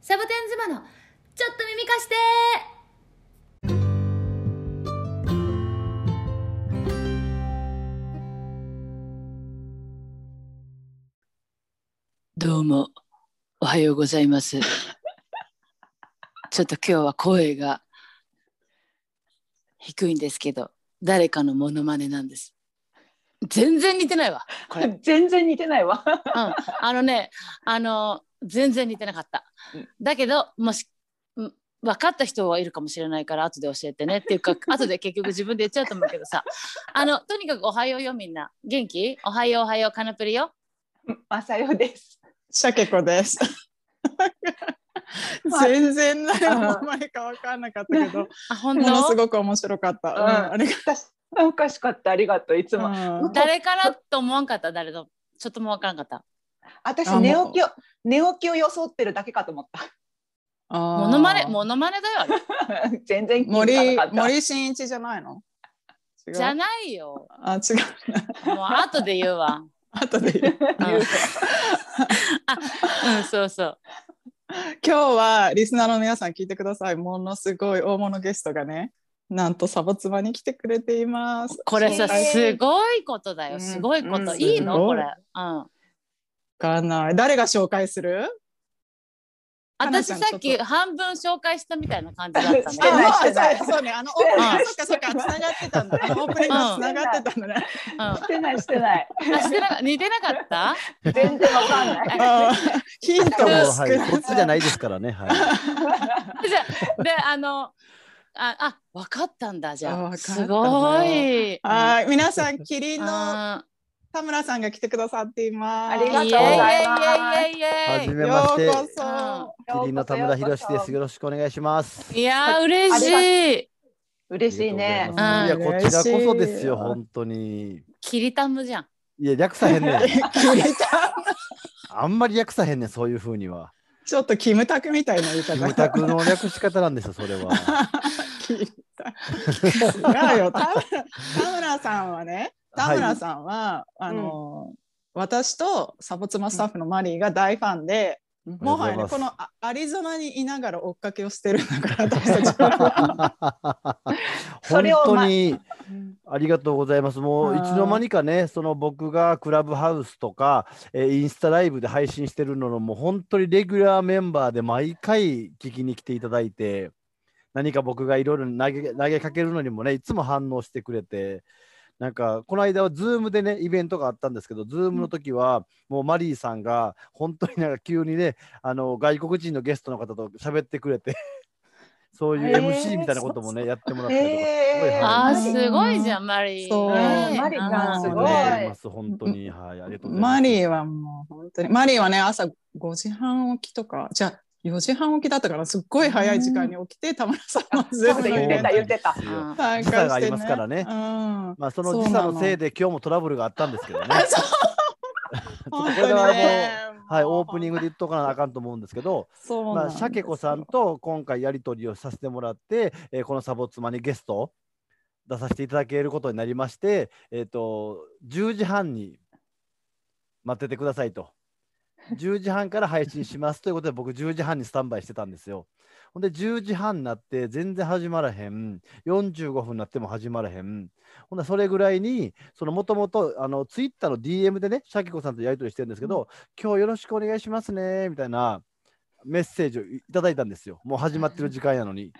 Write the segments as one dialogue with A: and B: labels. A: サボテン妻のちょっと耳貸して
B: どうも、おはようございます。ちょっと今日は声が低いんですけど、誰かのモノマネなんです。全然似てないわ、これ。うん、
C: 全然似てないわ。
B: あのね、あの、全然似てなかった
C: うん。
B: だけど、もし、うん分かった人はいるかもしれないから、後で教えてねっていうか、後で結局自分で言っちゃうと思うけどさ、あの、とにかくおはようよ、みんな。元気おはよう、おはよう、カナプリよ。
C: まさよです。
D: シャケ 子です。全然何の名前か分からなかったけど、
B: あ、本
D: ものす
B: 当
D: ごく面白かった。うん、
C: うん
D: あれ
C: 私、おかしかった。ありがとう。いつも。
D: が、うん
B: 誰からと思わんかった、誰と。ちょっともわからんかった。
C: 私
D: あ、もう
C: 寝起きを、寝起きを装ってるだけかと思っ
D: あー
B: モノマネ、モノマネだよあれ。
C: た。 全然気づか
D: 森
C: なかった。
D: 森進一じゃないの？違う
B: じゃないよ。
D: あ違う。
B: もう後で言うわ。
D: 後で言う
B: うん、 あうん、そうそう。
D: 今日はリスナーの皆さん聞いてください。ものすごい大物ゲストがね、なんとサボツマに来てくれています。
B: これさ、
D: 紹介し
B: すごいことだよ。すごいこと。
C: うんうん
B: いいの
D: すご
B: こ
D: い
B: れ。うん。
D: わかんない。誰が紹介する？かな
B: 私
D: ちゃん
B: さっ
D: ちょ
B: き
D: っと
B: 半分紹介したみたいな感じだったん
C: し
B: だけ
C: て
B: ど
C: ない
D: あ
C: してない
D: そうそうね、あの、
C: して
B: ない
D: あそっかそっか、繋がってた んだ。オープニング繋がってたんだね。
B: うん。あ
C: してない、してない。
B: してなか似てなかった
C: 全然わかんない。
D: あーヒン
B: し
D: ト
B: か
D: も
B: も
D: 少
E: はい、
D: な
E: こっちじゃないですからね。はい。
B: じゃあで、あの、あ、あ、分かったんだ、じ
D: あ
B: ゃあ。
D: わかった
B: すごい。
D: はい、皆さん、キリ
B: い
D: ンの田村さんが来てくださっています。
C: ありがとう
B: イ
C: ご
B: エ
C: ざい
B: イイエイイエイイエイ
E: はじめ
D: よ
E: まし
D: うこ
E: て。
D: そ。
E: キリンの田村博
C: し
E: です。よろしくお願いします。
B: いやー嬉しい。
C: 嬉しいね。
E: ありがとうございますいや、こちらこそですよ、
D: うん
E: 本当に。
B: キリタムじゃん。
E: いや、略さへんねん。
D: キリン
E: あんまり略さへんねん、そういうふうには。
D: ちょっとキムタクみたいな言い
E: キ
D: 方。
E: ムタクの略し方なんですよ、それは。
D: キリンタク。違うよ。田村田村さんはね、田村さんは、あの、私とサボツマスタッフのマリーが大ファンで、もはやね、このあアリゾナにいながら追っかけをしてるんだから、私た ちは。
C: そ
E: 本
C: れをま
E: 当にありがとうございます。も
D: は
E: う
D: い
E: いつの間にかね、その僕がクラブハウスとか、えーインスタライブで配信してるのの、もう本当にレギュラーメンバーで毎回聞きに来ていただいて、何か僕がいろいろ投げ投げかけるのにもね、いつも反応してくれて、なんかこの間は Zoom でね、イベントがあったんですけど、Zoom の時は、もうマリーさんが本当になんか急にね、あの外国人のゲストの方と喋ってくれて、そういう
C: へー
E: MC みたいなこともね、やってもらったりとか。
C: え
B: あ
E: マ
B: ー
E: リ
B: すごいじゃんマリー。
D: そう
B: ねえ
C: マリーさん
B: あー
C: すごい
E: ねあります本当にはいありがとうございます。
D: マリーはもう本当にマリーはね朝5時半起きとかじゃあ4時半起きだったからすっごい早い時間に起きて田村さんのズーム
C: そう
D: の
C: だ
D: イベント
C: 言ってた
E: そうなんですよ
B: あ
D: 参加して、ね、
E: 時差がありますからね
D: うん、あ
E: まあその
D: そう
E: 時
D: な
E: 差
D: の
E: のせいで今日もトラブルがあったんですけどね。
D: そう 本当に
E: これは
D: ね
E: はいオープニン
D: グ
E: グで言っとかなあかんと思うんですけど、
D: そうなん
E: ま
D: で
E: あ
D: す
E: シャケ子さんと今回やり取りをさせてもらって、えーこのサボ妻にゲスト出させていただけることになりまして、えっ、と10時半に待っててくださいと。10時半から配信しますということで僕10時半にスタンバイしてたんですよ。ほんで10時半になって全然始まらへん45分になっても始まらへんほんならそれぐらいにそのもともとツイッターの DM でねシャキコさんとやり取りしてるんですけど、今日よろしくお願いしますねみたいなメッセージをいただいたんですよもう始まってる時間やのに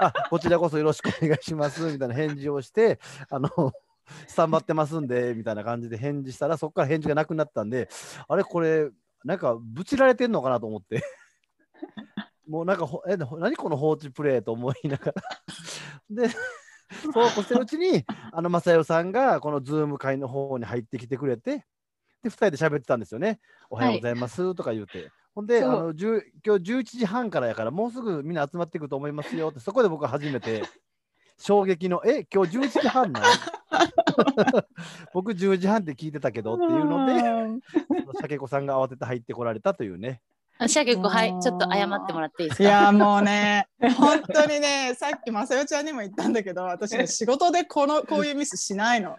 E: あこちらこそよろしくお願いしますみたいな返事をしてあの スタンバってますんでみたいな感じで返事したらそこから返事がなくなったんであれこれなんかぶちられてんのかなと思って もうなんかほえな何この放置プレイと思いながら でそうこうしてるうちにあの正代さんがこのズーム会の方に入ってきてくれてで2人で喋ってたんですよね「おはようございます」とか言うて、ほんであ
C: そう
E: の10今日11時半からやからもうすぐみんな集まってくると思いますよってそこで僕は初めて衝撃の「え今日11時半 なの? 」僕10時半って聞いてたけどっていうので。
D: うん
E: シャケ子さんが慌てて入ってこられたとい うね。
B: シャケ子はい
D: あー
B: ちょっと謝ってもらっていいです
D: い
B: か。
D: やもうね本当にねさっきまさよちゃんにも言ったんだけど私ね仕事でこのこういうミスしないの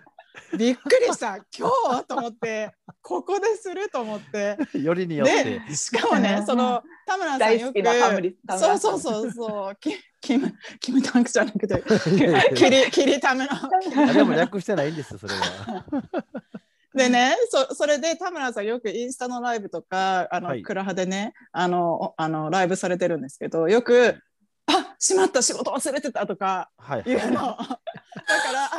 D: びっくりした今日と思ってここですると思って
E: よりによって。
D: しかもねその田村さん
C: 大
D: よ
C: 好
D: く
C: きなハムリ。
D: そうそう
C: う。
D: そうそうキキムキムタンクじゃなくてキリキリタムの
E: あでも略してないんですよそれは。
D: でねそそれで田村さんよくインスタのライブとかあの、
E: はい
D: クラハでねあのおあのライブされてるんですけどよく「あしまった仕事忘れてた」とか
E: はい。
D: 言う のだからあ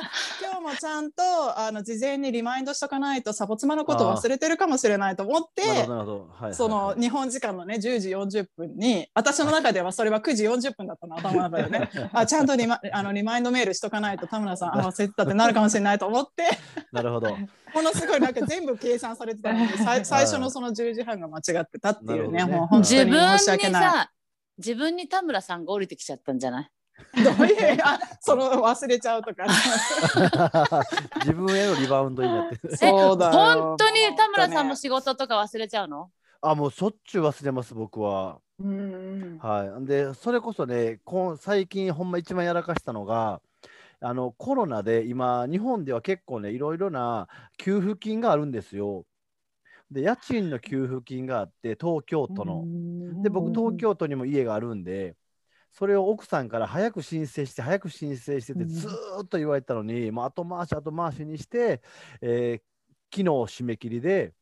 D: 今日もちゃんとあの事前にリマインドしとかないとサボ妻のこと忘れてるかもしれないと思って
E: なるほどなるほど。はいはいはい。
D: その日本時間のね10時40分に私の中ではそれは9時40分だ ったの頭の中でねあちゃんとリマあのリマインドメールしとかないと田村さん あ忘れてたってなるかもしれないと思って。
E: なる ほど。
D: ものすごいなんか全部計算されてたのにさい最初のその10時半が間違ってたっていうね
E: なるほどね
D: もう本当
B: 自
D: に
B: 分に
D: 申し訳ない。
B: さ自分に田村さんが降りてきちゃったんじゃない
D: どういうあその忘れちゃうと か、
E: 自分へのリバウンドになってる。
D: そうだよ
B: 本当に田村さんも仕事とか忘れちゃうの
E: あもうしょっちゅう忘れます僕は。
C: うん
E: はい。でそれこそねこん最近ほんま一番やらかしたのが。あのコロナで今日本では結構ねいろいろな給付金があるんですよ。で家賃の給付金があって東京都の。で僕東京都にも家があるんでそれを奥さんから早く申請して早く申請してって
D: うん
E: ずーっと言われたのに、もう後回し後回しにして、えー昨日締め切りで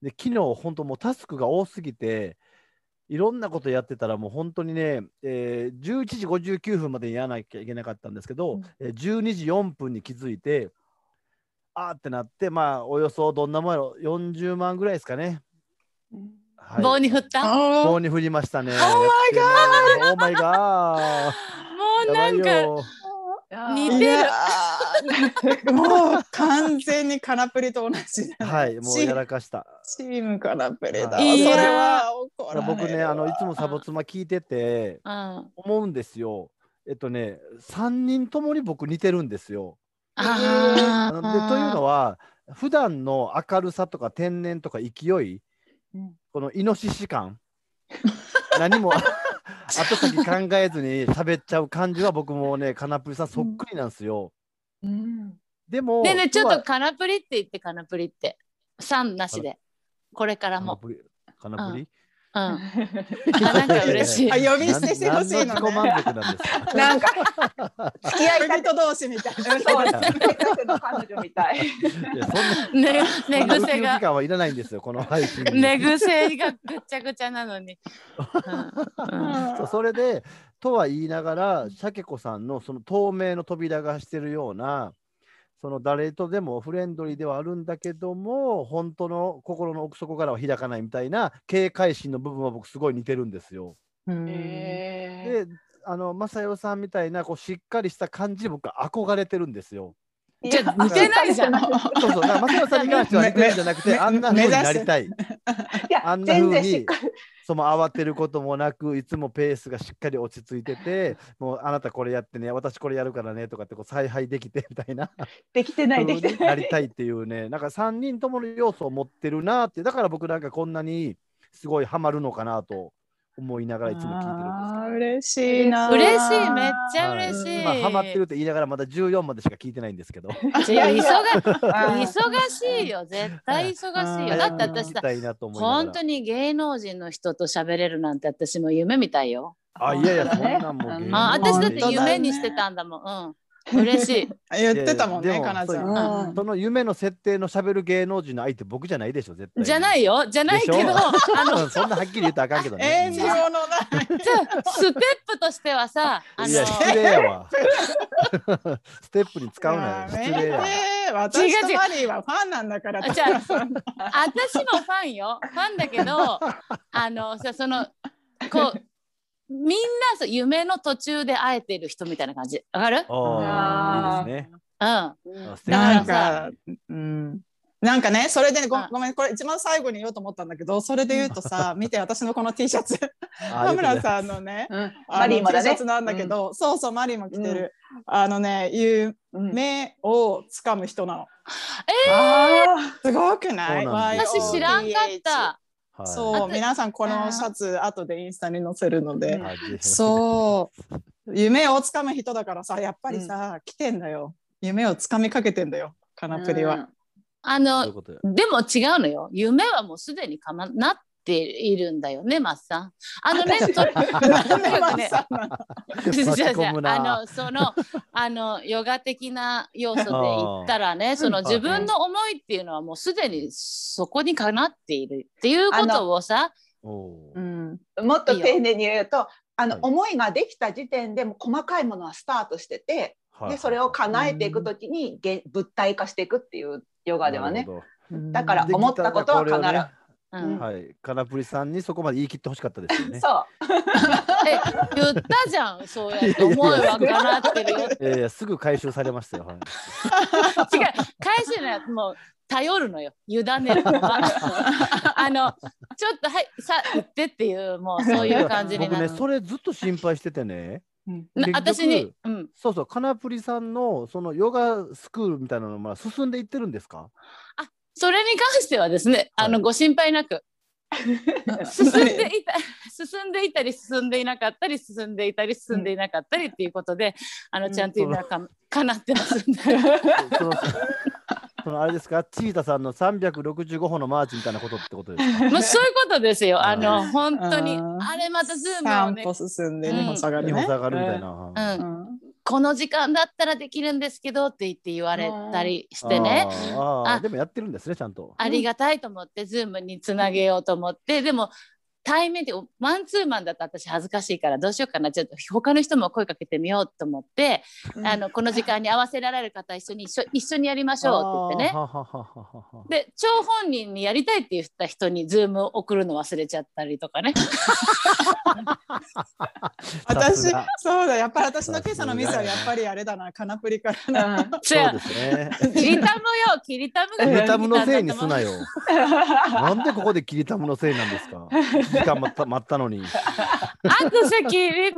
E: で昨日本当もうタスクが多すぎていろんなことやってたらもう本当にね、えー11時59分までにやらなきゃいけなかったんですけど、
D: うん
E: えー12時4分に気づいてあーってなってまあおよそどんなもんやろ40万ぐらいですかね。はい
B: 棒に振った
D: あ
E: 棒に振りましたね。
D: my
E: オーマイガ
B: もう
E: ー
B: なん
E: やばい
B: か
E: よ
D: ー
B: 似
D: い
B: てる
D: やーもう完全にカナプリと同じだね、
E: はい、もうやらかした。
D: チームカナプリだわそ
B: いや
D: れは怒られるわ
E: 僕ね、あのいつもサボ妻聞いてて
B: うんあ
E: 思うんですよ。えっとね、三人ともに僕似てるんですよ。あ
B: あ
E: のでというのは、普段の明るさとか天然とか勢い、
D: うん
E: このイノシシ感、何も後先考えずに喋っちゃう感じは僕もね、カナプリさんそっくりなんですよ。
C: うん
E: でも、
B: ねえねえちょっ
E: 今
B: とカナプリって言ってカナプリってさんなしでこれから
E: カナ
B: も
E: プリカナプリ
B: うんあなんか嬉しい
D: あ呼び捨てしてほしい
E: な
D: の
E: ん何の自己
D: ね
E: 満足なんですか
C: なん か付き合いた
D: 恋人同士みたいな
C: うん そうです付き合いたての彼女みたい。
E: いやそんな
B: ね寝
E: そんなウキウ
B: 癖
E: キ
B: が
E: 感はいらないんですよこの配信に
B: 寝癖がぐっちゃぐちゃなの に、うんうん
E: そうそれでとは言いながらシャケ子さんのその透明の扉がしてるようなその誰とでもフレンドリーではあるんだけども本当の心の奥底からは開かないみたいな警戒心の部分は僕すごい似てるんですよ。
D: うん
C: え
E: であの正代さんみたいなこうしっかりした感じに僕は憧れてるんですよ。
C: え
B: じゃあ似てないじゃん
E: そうそう、だから松尾さんに関しては似てるんじゃな
D: め
E: くて、
D: め
E: あんな風になりたい。
C: いや
E: あんな風
C: 全
E: に
C: 然しっかり。
E: その慌てることもなく、いつもペースがしっかり落ち着いて て、もうあなたこれやってね、私これやるからねとかってこう采配できてみたいな。
C: できてないできて
E: 風に
C: な
E: ないり。たいっていうね、なんか3人ともの要素を持ってるなって、だから僕なんかこんなにすごいハマるのかなと思いながらいつも聞いてるんです
D: あー嬉しいなー
B: 嬉しいめっちゃ嬉し
E: け
B: い、
E: ど。まあ、ハマってるって言いながらまだ14までしか聞いてないんですけど。
B: いや忙
C: あー
B: 忙しいよ絶対忙しいよだって私
E: 聞
B: さ
E: きたいなと思いながら
B: 本当に芸能人の人と喋れるなんて私も夢みたいよ、
E: あ、いやいや、そん
C: ね
E: なんもう芸能人
B: あ
C: うん
B: 私だっ
E: で
B: て夢にしてたんだもん、うん嬉 しい
D: 言ってたもん
E: いや
D: ね
E: いや
D: かなちゃ
E: で
D: ん
E: も
C: うん
E: その夢の設定のしゃべる芸能人の相手僕じゃないでしょ絶対
B: じゃないいよじゃないけど
E: でしょ
B: あの
E: そんなはっきり言ったらあかんけどね
D: 営業のない
B: じゃあステップとしてはさあ
E: い
B: の
E: や失礼 やわステップに使うなよ失
D: や
E: 礼やわ
D: めて私
B: 違う違
D: と
B: う
D: マリーはファンなんだから。
B: あじゃあ私もファンよファンだけどあのさそのこうみんなそう夢の途中で会えてる人みたいな感じわかる
E: あ
C: あー
E: ーいいですね
B: うん
E: あ素
B: だか
E: 敵
D: な
B: らさ
D: んか、うん。なんかね、それでね、ご
B: あ
D: ごめん、これ一番最後に言おうと思ったんだけど、それで言うと さ、見て、私のこの T シャツ、
E: あ
D: 田
E: りがとう
D: 村
E: ござい
D: さんのね、
C: うん
D: あの
C: マリーもだ
D: T シ
C: ね
D: ャツ。なんだけど、そうそう、マリーも着てる。あのね、
C: うん
D: 夢をつかむ人なの。
C: あ
D: すごくない
E: そうなんだ
B: 私知らんかった。
E: ます
D: そう、
B: い
D: 皆さんこのシャツ、後でインスタに載せるので。
E: はいあぜひ
D: そう夢をつかむ人だからさやっぱりさ、来てんだよ夢をつかみかけてんだよカナプリは。
B: あ
E: そういう
B: の
E: ことよ
B: でも違うのよ夢はもうすでにかまなっているんだよねマッサン。あのね
D: 私
B: と
D: なんでマッサンなの
B: 違う
E: 巻き
B: 違う
E: 込むな
B: あのそのあのヨガ的な要素で言ったらねその
E: うん
B: 自分の思いっていうのはもうすでにそこにかなっているっていうことをさ
E: おー
D: うん
C: もっと丁寧に言うとあの、
E: はい
C: 思いができた時点でもう細かいものはスタートしてて、
E: はい
C: でそれを叶えていくときに、現物体化していくっていうヨガではね
E: なるほ
C: だから
E: ど
C: 思ったことは必ず
E: できたらこ
B: う
E: れをね
B: ん
E: はい、カナプリさんにそこまで言い切ってほしかったですよね。
C: そ
B: え言ったじゃんそうやって思いはかなってるよ
E: えー、すぐ回収されましたよ。はい
B: 違う返しのやつもう頼るのよ委ねるあのちょっとはいさ言ってっていうもうそういう感じに
E: 僕
B: な
E: ね
B: る、
E: それずっと心配しててね
D: うん
B: な
E: 結局
B: 私に、うん、
E: そうそうカナプリさんのそのヨガスクールみたいなのも進んでいってるんですか
B: それに関してはですねあの、
E: はい
B: ご心配なく進んでいた進んでいたり進んでいなかったり進んでいたり進んでいなかったりっていうことであの
D: うん
B: ちゃんと今
E: そ
B: かかなってますんで
E: そのそのあれですかチータさんの365歩のマーチみたいなことってことですか
B: まあそういうことですよあの本当に
D: うん
B: あれまたズームを
D: 三
B: ね
D: 歩進んで二歩下が
E: 日
D: る
E: 本
D: ね。
E: 下がるみたいな。
B: うん
D: うん
B: この時間だったらできるんですけどって言って言われたりしてね
E: あーあー
B: あ
E: でもやってるんですねちゃんと。
B: ありがたいと思ってズームにつなげようと思ってでも対面でマンツーマンだと私恥ずかしいからどうしようかなちょっと他の人も声かけてみようと思って、あのこの時間に合わせられる方一緒に一緒一緒にやりましょうって言って
E: あー
B: ね
E: ははははは
B: で張本人にやりたいって言った人にズーム送るの忘れちゃったりと かね
D: 私
E: さすが
D: そうだやっぱり私の今朝のミスはやっぱりあれだなカナプリから
C: う、う
D: な。
C: ん、
B: そ
E: そう
B: や
E: ですね。
B: キリタムよキリタム
E: キ
B: が
E: リタムのせいにす
B: い
E: なよ。なんでここでキリタムのせいなんですか。時間待った待ったのに。
B: あとさ キリキリン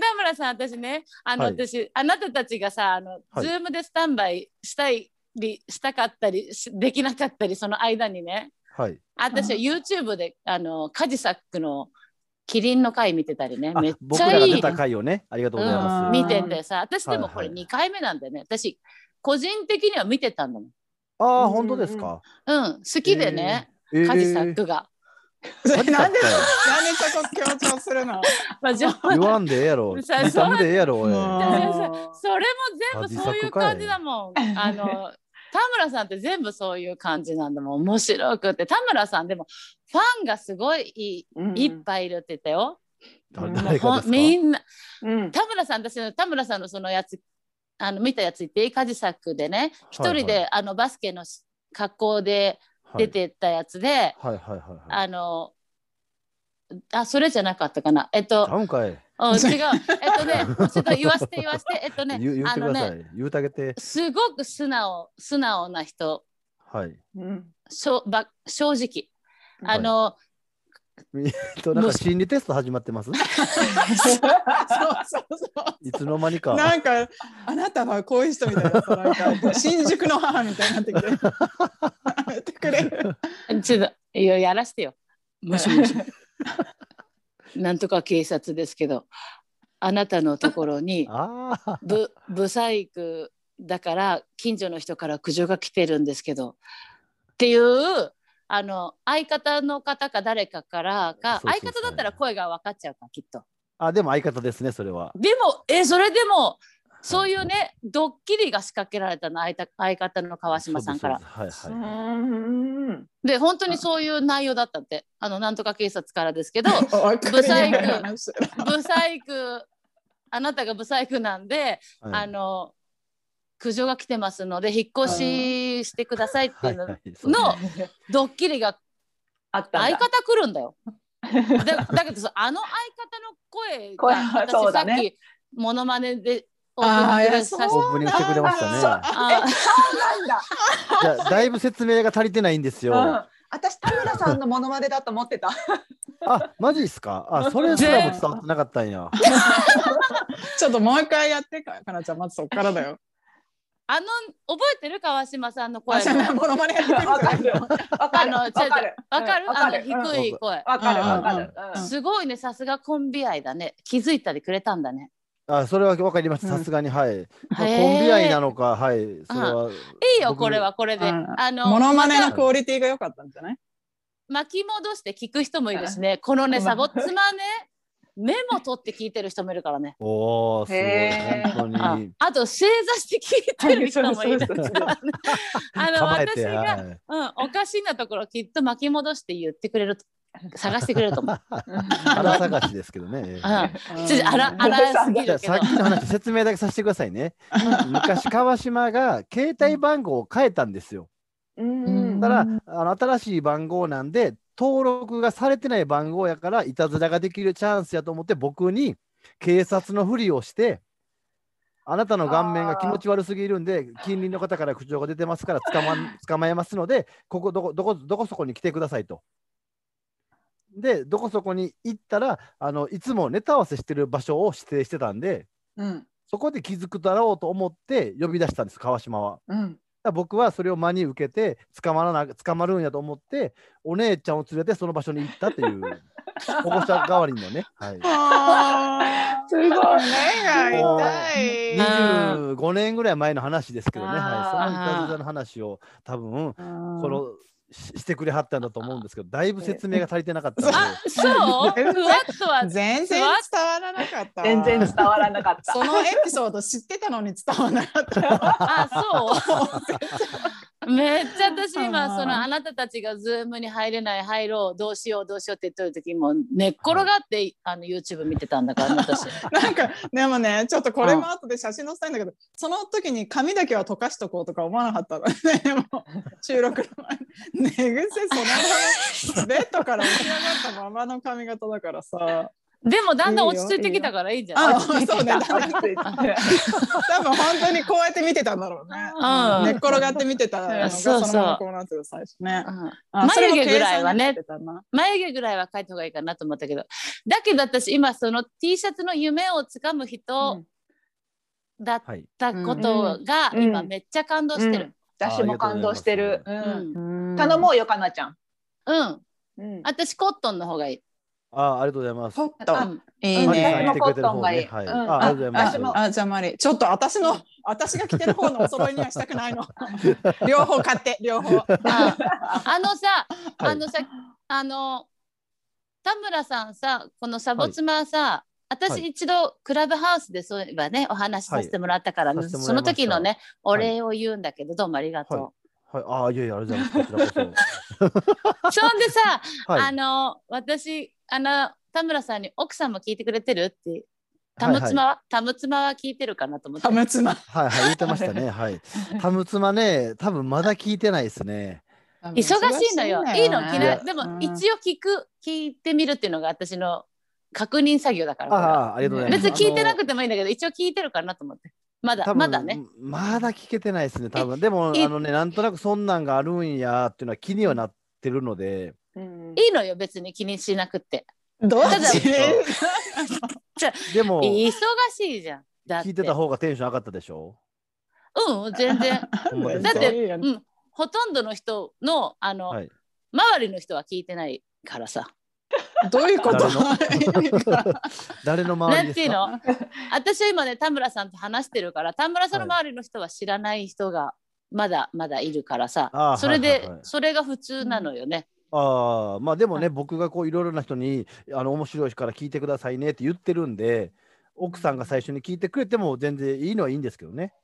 B: 田村さん私ねあの、
E: はい
B: 私あなたたちがさあの、
E: はい
B: ズームでスタンバイしたいりしたかったりしできなかったりその間にね
E: はい。
B: 私は YouTube であのカジサックのキリンの回見てたりね
E: あ
B: めっ
E: 僕
B: ちゃ
E: らが
B: い
E: 出
B: い
E: た回をね、ありがとうございます。
B: 見ててさ私でもこれ
E: はいはい
B: 2回目なんだよね、私個人的には見てたんだもん
E: ああ、本当ですか。
B: うん好きでね、
E: ええ
B: カジサックが、
D: なんでなんで
E: カジサ
D: そ
E: ッ
D: こ強調するの？
B: まあ冗
E: ク言わんでええ やろ。
B: う
E: キ
B: るさい
E: リタムでええやろ。おい
D: も
B: それも全部そういう感じだもん。
C: 自作かい
B: あの田村さんって全部そういう感じなんだもん面白くて田村さんでもファンがすごいい
C: うん
B: いいっぱいいるって言ったよ。
E: だ
C: うん
E: 誰
B: ほ
E: か
B: んみ
E: ですか。
B: んな
C: うん
B: 田村さん私の田村さんのそのやつあの見たやつ言っていいカジサックでね一人で、
E: はいは
B: あのバスケのし格好で
E: はい
B: 出。てったやつで、
E: はいはいはいはい。
B: あのあそれじゃなかったかなえっと
E: ダウンか
B: う
E: い。
B: ん違うえっとね ちょっと言わせて言わせてえっとね
E: 言う言っ
B: あ
E: て
B: の
E: くださ
B: ね
E: い。言うてあげて。
B: すごく素直素直な人
E: はい。
C: うん
B: しょば正直
E: は
B: あ
E: い
B: の、
E: となんか心理テスト始まってます。
D: そうそうそう。
E: いつの 間にか。
D: なんかあなたはこういう人みたいななんか新宿の母みたいになってきてやめてくれる
B: ちょっといややらせてよもしもしなんとか警察ですけどあなたのところに
E: ああ。
B: ぶ不細工だから近所の人から苦情が来てるんですけどっていうあの相方の方か誰かからか
E: そうそうそう
B: 相方だったら声が分かっちゃうかきっと
E: あ、でも相方ですね、それは。
B: でもえそれでもそういうねドッキリが仕掛けられたの相た相方の川島さんから
E: そうです。そうですはいはい。
C: うん
B: で本当にそういう内容だったってあのなんとか警察からですけど不
D: 不
B: 細細工あなたが不細工なんで、
E: はい
B: あの苦情が来てますので引っ越ししてくださいっていうの
E: はいはいそう
B: のドッキリが
C: あったん
B: 相
C: だ
B: 方来るんだよ。だだけどさあの相方の声
C: 声
B: が
C: はそ
B: 私
C: う
B: さ
C: だ
B: っ
C: ね
B: きモノマネでオ
D: あ
B: ー
D: ーい
B: プニングで
D: や
B: さ
D: そう
E: オープニングしてくれましたね。
B: あ
C: なんだ
E: じゃあだいぶ説明が足りてないんですよ。
C: うん、私田村さんのモノマネだと思ってた。
E: あ、マジですか。あ、それすらも伝わってなかったんや。
D: ちょっともう一回やってかかなちゃんまずそっからだよ
B: あの覚えてる川島さんの声
D: あじゃあモノマネやってみる
C: わ
D: か
C: からる。わかる。
B: あの
C: わかる。
B: わかる、
C: うんわ
B: あ
C: か
B: の
C: る。うん
B: 低い声。
C: わかる。わかる。
B: すごいね、さすがコンビ愛だね。気づいたりくれたんだね。
E: あ、それは分かりました。
D: うん
E: さすがに、はい。まあ
B: へー
E: コンビ愛なのか、はい。それは。
B: いいよ
E: 僕
B: これはこれで
D: あの
B: あの
D: モノマネ
B: ま
D: の
B: た
D: クオリティが良かったんじゃない
B: 巻き戻して聞く人もいるしねこのね
D: うん
B: サボッツマねメモ取って聞いてる人もいるからね
E: おお、すごい。
C: へー
E: 本当
B: あ
E: に。
B: あと正座して聞いてる人 もいるからあの
E: 構え
B: 私
E: て、
B: が
E: はい。
B: うん、おかしなところきっと巻き戻して言ってくれると探してくれると思う。
E: 腹探しですけどね。
B: う
D: うん
B: ん、ちょっと荒荒すぎ
E: じゃあ
B: るけど
E: さっ。きの話説明だけさせてくださいね。昔川島が携帯番号を変えたんですよ。
C: うん
E: だから
D: うん
E: あの新しい番号なんで登録がされてない番号やからいたずらができるチャンスやと思って僕に警察のふりをしてあなたの顔面が気持ち悪すぎるんで近隣の方から苦情が出てますから捕ま ん捕まえますのでここどこどこどこそこに来てくださいと。でどこそこに行ったらあのいつもネタ合わせしてる場所を指定してたんで
D: うん
E: そこで気づくだろうと思って呼び出したんです川島は。
D: うん
E: だから僕はそれを真に受けて捕まらな捕まるんやと思ってお姉ちゃんを連れてその場所に行ったという 保護者代わりのね、はい、
D: あ
C: すごい。
D: ー目が痛い。
E: 25年ぐらい前の話ですけどね、は
C: あ
E: い、
B: ー
E: そのいたずらの話を多分
D: こ
E: このししてくれはったんだと思うんですけどだいぶ説明が足りてなかったので
B: あ、そう？ ふわっとは
D: 全然伝わらなかったわ
C: 全然伝わらなかった。
D: そのエピソード知ってたのに伝わらなかったよ
B: あ、そう。 めっちゃ私
D: あ
B: 今
D: ー
B: そのあなたたちがズームに入れない入ろうどうしようどうしようって言ってる時もう寝っ転がってあの YouTube 見てたんだからね私。
D: なんかでもねちょっとこれも後で写真載せたいんだけどその時に髪だけは溶かしとこうとか思わなかったのねでも収録の前に寝癖そのままベッドから起き上がったままの髪型だからさ
B: でもだんだん落ち着いてきたからいいんじゃ ない？
D: あそうね多分本当にこうやって見てたんだろうね
B: うん
D: 寝っ転がって見てたのがそ
B: そう
D: の
B: そう
D: ままこうなってる最初ね
B: うん
D: あそれも
B: 眉毛ぐらいはね
D: 計算になって
B: 眉毛ぐらいは描いた方がいいかなと思ったけどだけど私今その T シャツの夢をつかむ人だっ
E: はい、
B: たことが
C: うん
B: 今めっちゃ感動してる。
C: 私も感動してる。う
B: うんん、
D: たな
C: 頼もうよかなちゃん。
B: うん、
C: うん
B: 私コットンの方がいい。
E: あーありがとうございます。
D: ちょっと
C: あ
D: いい
E: マリさん
C: ね
E: 来てくれ
C: コット
E: てる方ね
C: ンが
E: はいい、
C: い
E: あ
C: うん
E: ーありがとうございます
C: 私も。
D: あじゃあマリちょっと私の私が着てる方のお揃いにはしたくないの 両方買って両方
B: ああのさ、あのさ、あの田村さんさ、このサボツマさ、
E: は
B: 私
E: い
B: 一度クラブハウスでそういえばねお話しさせてもらったから、
E: はいさせても
B: そ
E: らいま
B: の
E: した
B: 時のねお礼を言うんだけど、どうもありがとう。
E: はい、ああいやいやありがとうございますこちらこ
B: そんでさ、
E: そ。 はい
B: あの私あの田村さんに奥さんも聞いてくれてるってタムツマは、タムツマは聞いてるかなと思って
D: たむつま
E: はいはい言ってました ね。はい。タムツマね、多分まだ聞いてないですね。
B: 忙しいのよいいの
E: い
B: 嫌い
E: や
B: でも
D: うん
B: 一応聞く聞いてみるっていうのが私の確認作業だから
E: あ
B: これは
E: あ、ありがとうございます。
B: 別に聞いてな
E: て
B: くてもいいんだけど一応聞いてるかなと思ってまだまだね。
E: まだ聞けてないですね、多分。でも、
B: え
E: あのね、なんとなくそんなんがあるんやっていうのは気にはなってるので、
C: うん
B: いいのよ別に気にしなくて
D: どう
B: ただ
D: ち
E: でも、
B: 忙しいじゃんだって
E: 聞いてた方がテンション上がったでしょ
B: うん全然
E: ほんまです
B: だ
E: か
B: ってうんほとんどの人のあの、
E: はい
B: 周りの人は聞いてないからさ
D: どういうこと
E: 誰の周
B: な
E: り
B: ん
E: ですか
B: ていうの私は今ね田村さんと話してるから田村さんの周りの人は知らない人がまだまだいるからさ、
E: あー
B: それで、
E: はいはいはい
B: それが普通なのよね、
E: ああまあでもね、
B: は
E: 僕がこういろいろな人にあの面白いから聞いてくださいねって言ってるんで奥さんが最初に聞いてくれても全然いいのはいいんですけどね。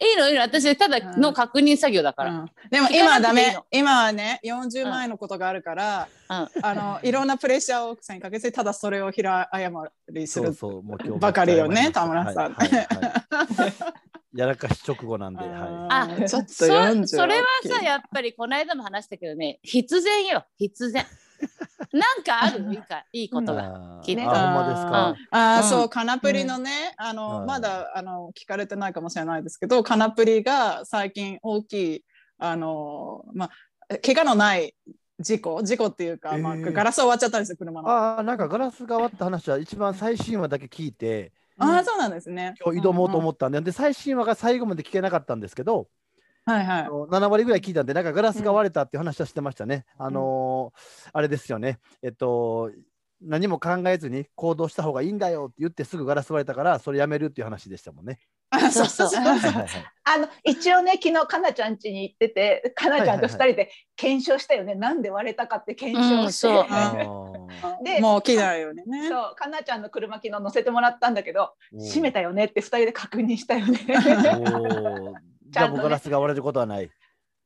B: いいのいいの私ただの確認作業だから、
D: でも今はダ
B: 聞かなくていい
D: メ
B: の
D: 今はね40万円のことがあるから、
B: うん
D: あのいろんなプレッシャーを奥さんにかけてただそれを平誤りす
E: そう
D: る
E: そうもう今日
D: ばかりよね
E: ばっかり
D: 田村さん
E: はいはいはいやらかし直後なんで、は
D: あー
B: あ
D: ちょっと
B: そ
D: 40
B: それはさやっぱりこの間も話したけどね必然よ必 然なんかあるいいかいいこ
E: い。
B: とが、
E: あ
B: 聞いて
E: ーあほんまです
D: うん。
E: か
D: あ
B: う
D: あ、
B: ん
D: そう、カナプリのね、あの、
E: はい
D: まだ、あの、聞かれてないかもしれないですけど、カナプリが最近大きい、あの、まあ、え怪我のない事故、事故っていうか、まあ、
E: えー
D: ガラス割っちゃったんですよ、車の。あ
E: ああなんかガラスが割った話は一番最新話だけ聞いて
D: あー、そうなんですね。
E: 今日挑もうと思ったんで,、で最新話が最後まで聞けなかったんですけど、
D: うんうん。はいはい
E: あ。の7割ぐらい聞いたんでなんかガラスが割れたっていう話はしてましたね。あのーあれですよねえっと何も考えずに行動した方がいいんだよって言ってすぐガラス割れたからそれやめるっていう話でしたもんね。
D: あ
B: そ
D: そうう
B: そ
D: そううそう。
E: はい はいはい
C: あの一応ね昨日かなちゃん家に行っててかなちゃんと二人で検証したよね、なんで割れたかって検証して、
B: うんそう
E: あ
C: で
D: もう起きないようにね。
C: そうかなちゃんの車昨日乗せてもらったんだけど
E: ー
C: 閉めたよねって二人で確認したよね。
E: おーじゃあもうガラスが割れることはない。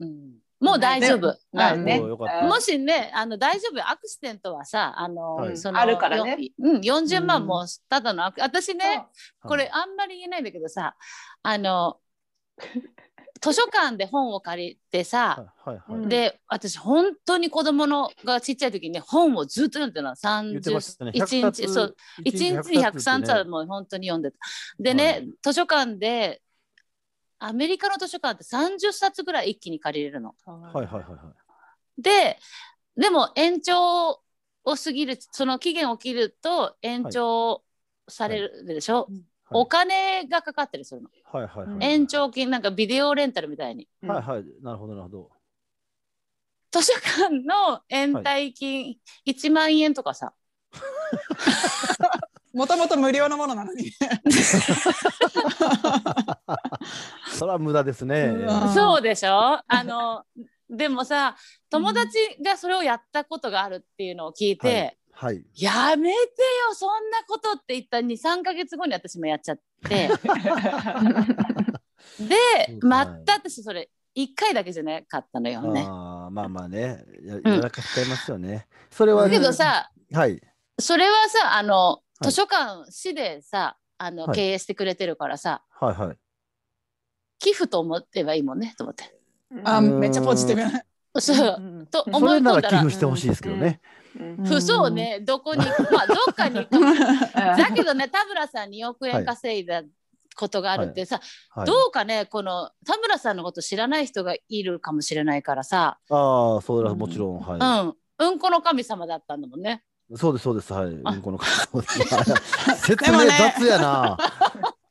B: うんもう大丈夫。
C: まあ
B: うん
C: ね
E: おーよかっ
C: う
E: た
C: ん
B: もしね、あの大丈夫、アクシデントはさ、あの、
E: はい
B: その
C: あるからね。
B: ようん、四十万もただのアク、私ね、こ
E: は
B: れ
E: い
B: あんまり言えないんだけどさ、あ の。図書館で本を借りてさ、
E: はいは
C: う
E: い
C: ん
B: で、私本当に子供のがちっちゃい時に本をずっと読んでたの、三
E: 言って
B: 十
E: ましたね。
B: 一日、そう、1日に103
E: 冊
B: 冊
E: っ
B: はもう本当に読んでた。でね、
E: はい
B: 図書館でアメリカの図書館って30冊ぐらい一気に借りれるの。
E: てねはいはいはいはい。
B: ででも延長を過ぎるその期限を切ると延長されるでしょ、お金がかかったりするの、
E: はいはいはい。
B: 延。長金なんかビデオレンタルみたいに
D: うん
E: はいはい。なるほどなるほど。
B: 図書館の延滞金1万円とかさ、
D: もともと無料のものなのに。
E: それは無駄ですね。
D: うわい
B: そうでし ょあのでもさ友達がそれをやったことがあるっていうのを聞いて、
E: はい。
B: やめてよそんなことって言った23か月後に私もやっちゃってで
E: うん
B: また私それ1回だけじゃなかったのよね。
E: あーまあまあね。ややらかしちゃいますよね。それは
B: だ
E: ね
B: けどさ
E: はい。
B: それはさあの
E: い
B: 図書館市でさあの
E: はい
B: 経営してくれてるからさ、
E: はいはい。
B: 寄付と思ってばいいもんねと思って。
D: あ、
E: うん
D: めっちゃポジティブな。
B: そうと
E: そ
B: 思い
E: れ
B: 込んだ
E: なら
B: ら
E: 寄付してほしいですけどね。
B: ふそう。ねどこに行くまあどっかに行くだけどね田村さんに2億円稼いだことがあるってさ、
E: はい。
B: どうかねこの田村さんのこと知らない人がいるかもしれないからさ、
E: ああ、それはもちろん、は
B: うんうんこの神様だったんだもんね。
E: い。そうです、そうです、はい。う
B: あ
E: んこの感 想ですはい説
D: でも
E: 明
D: ね
E: 雑やな。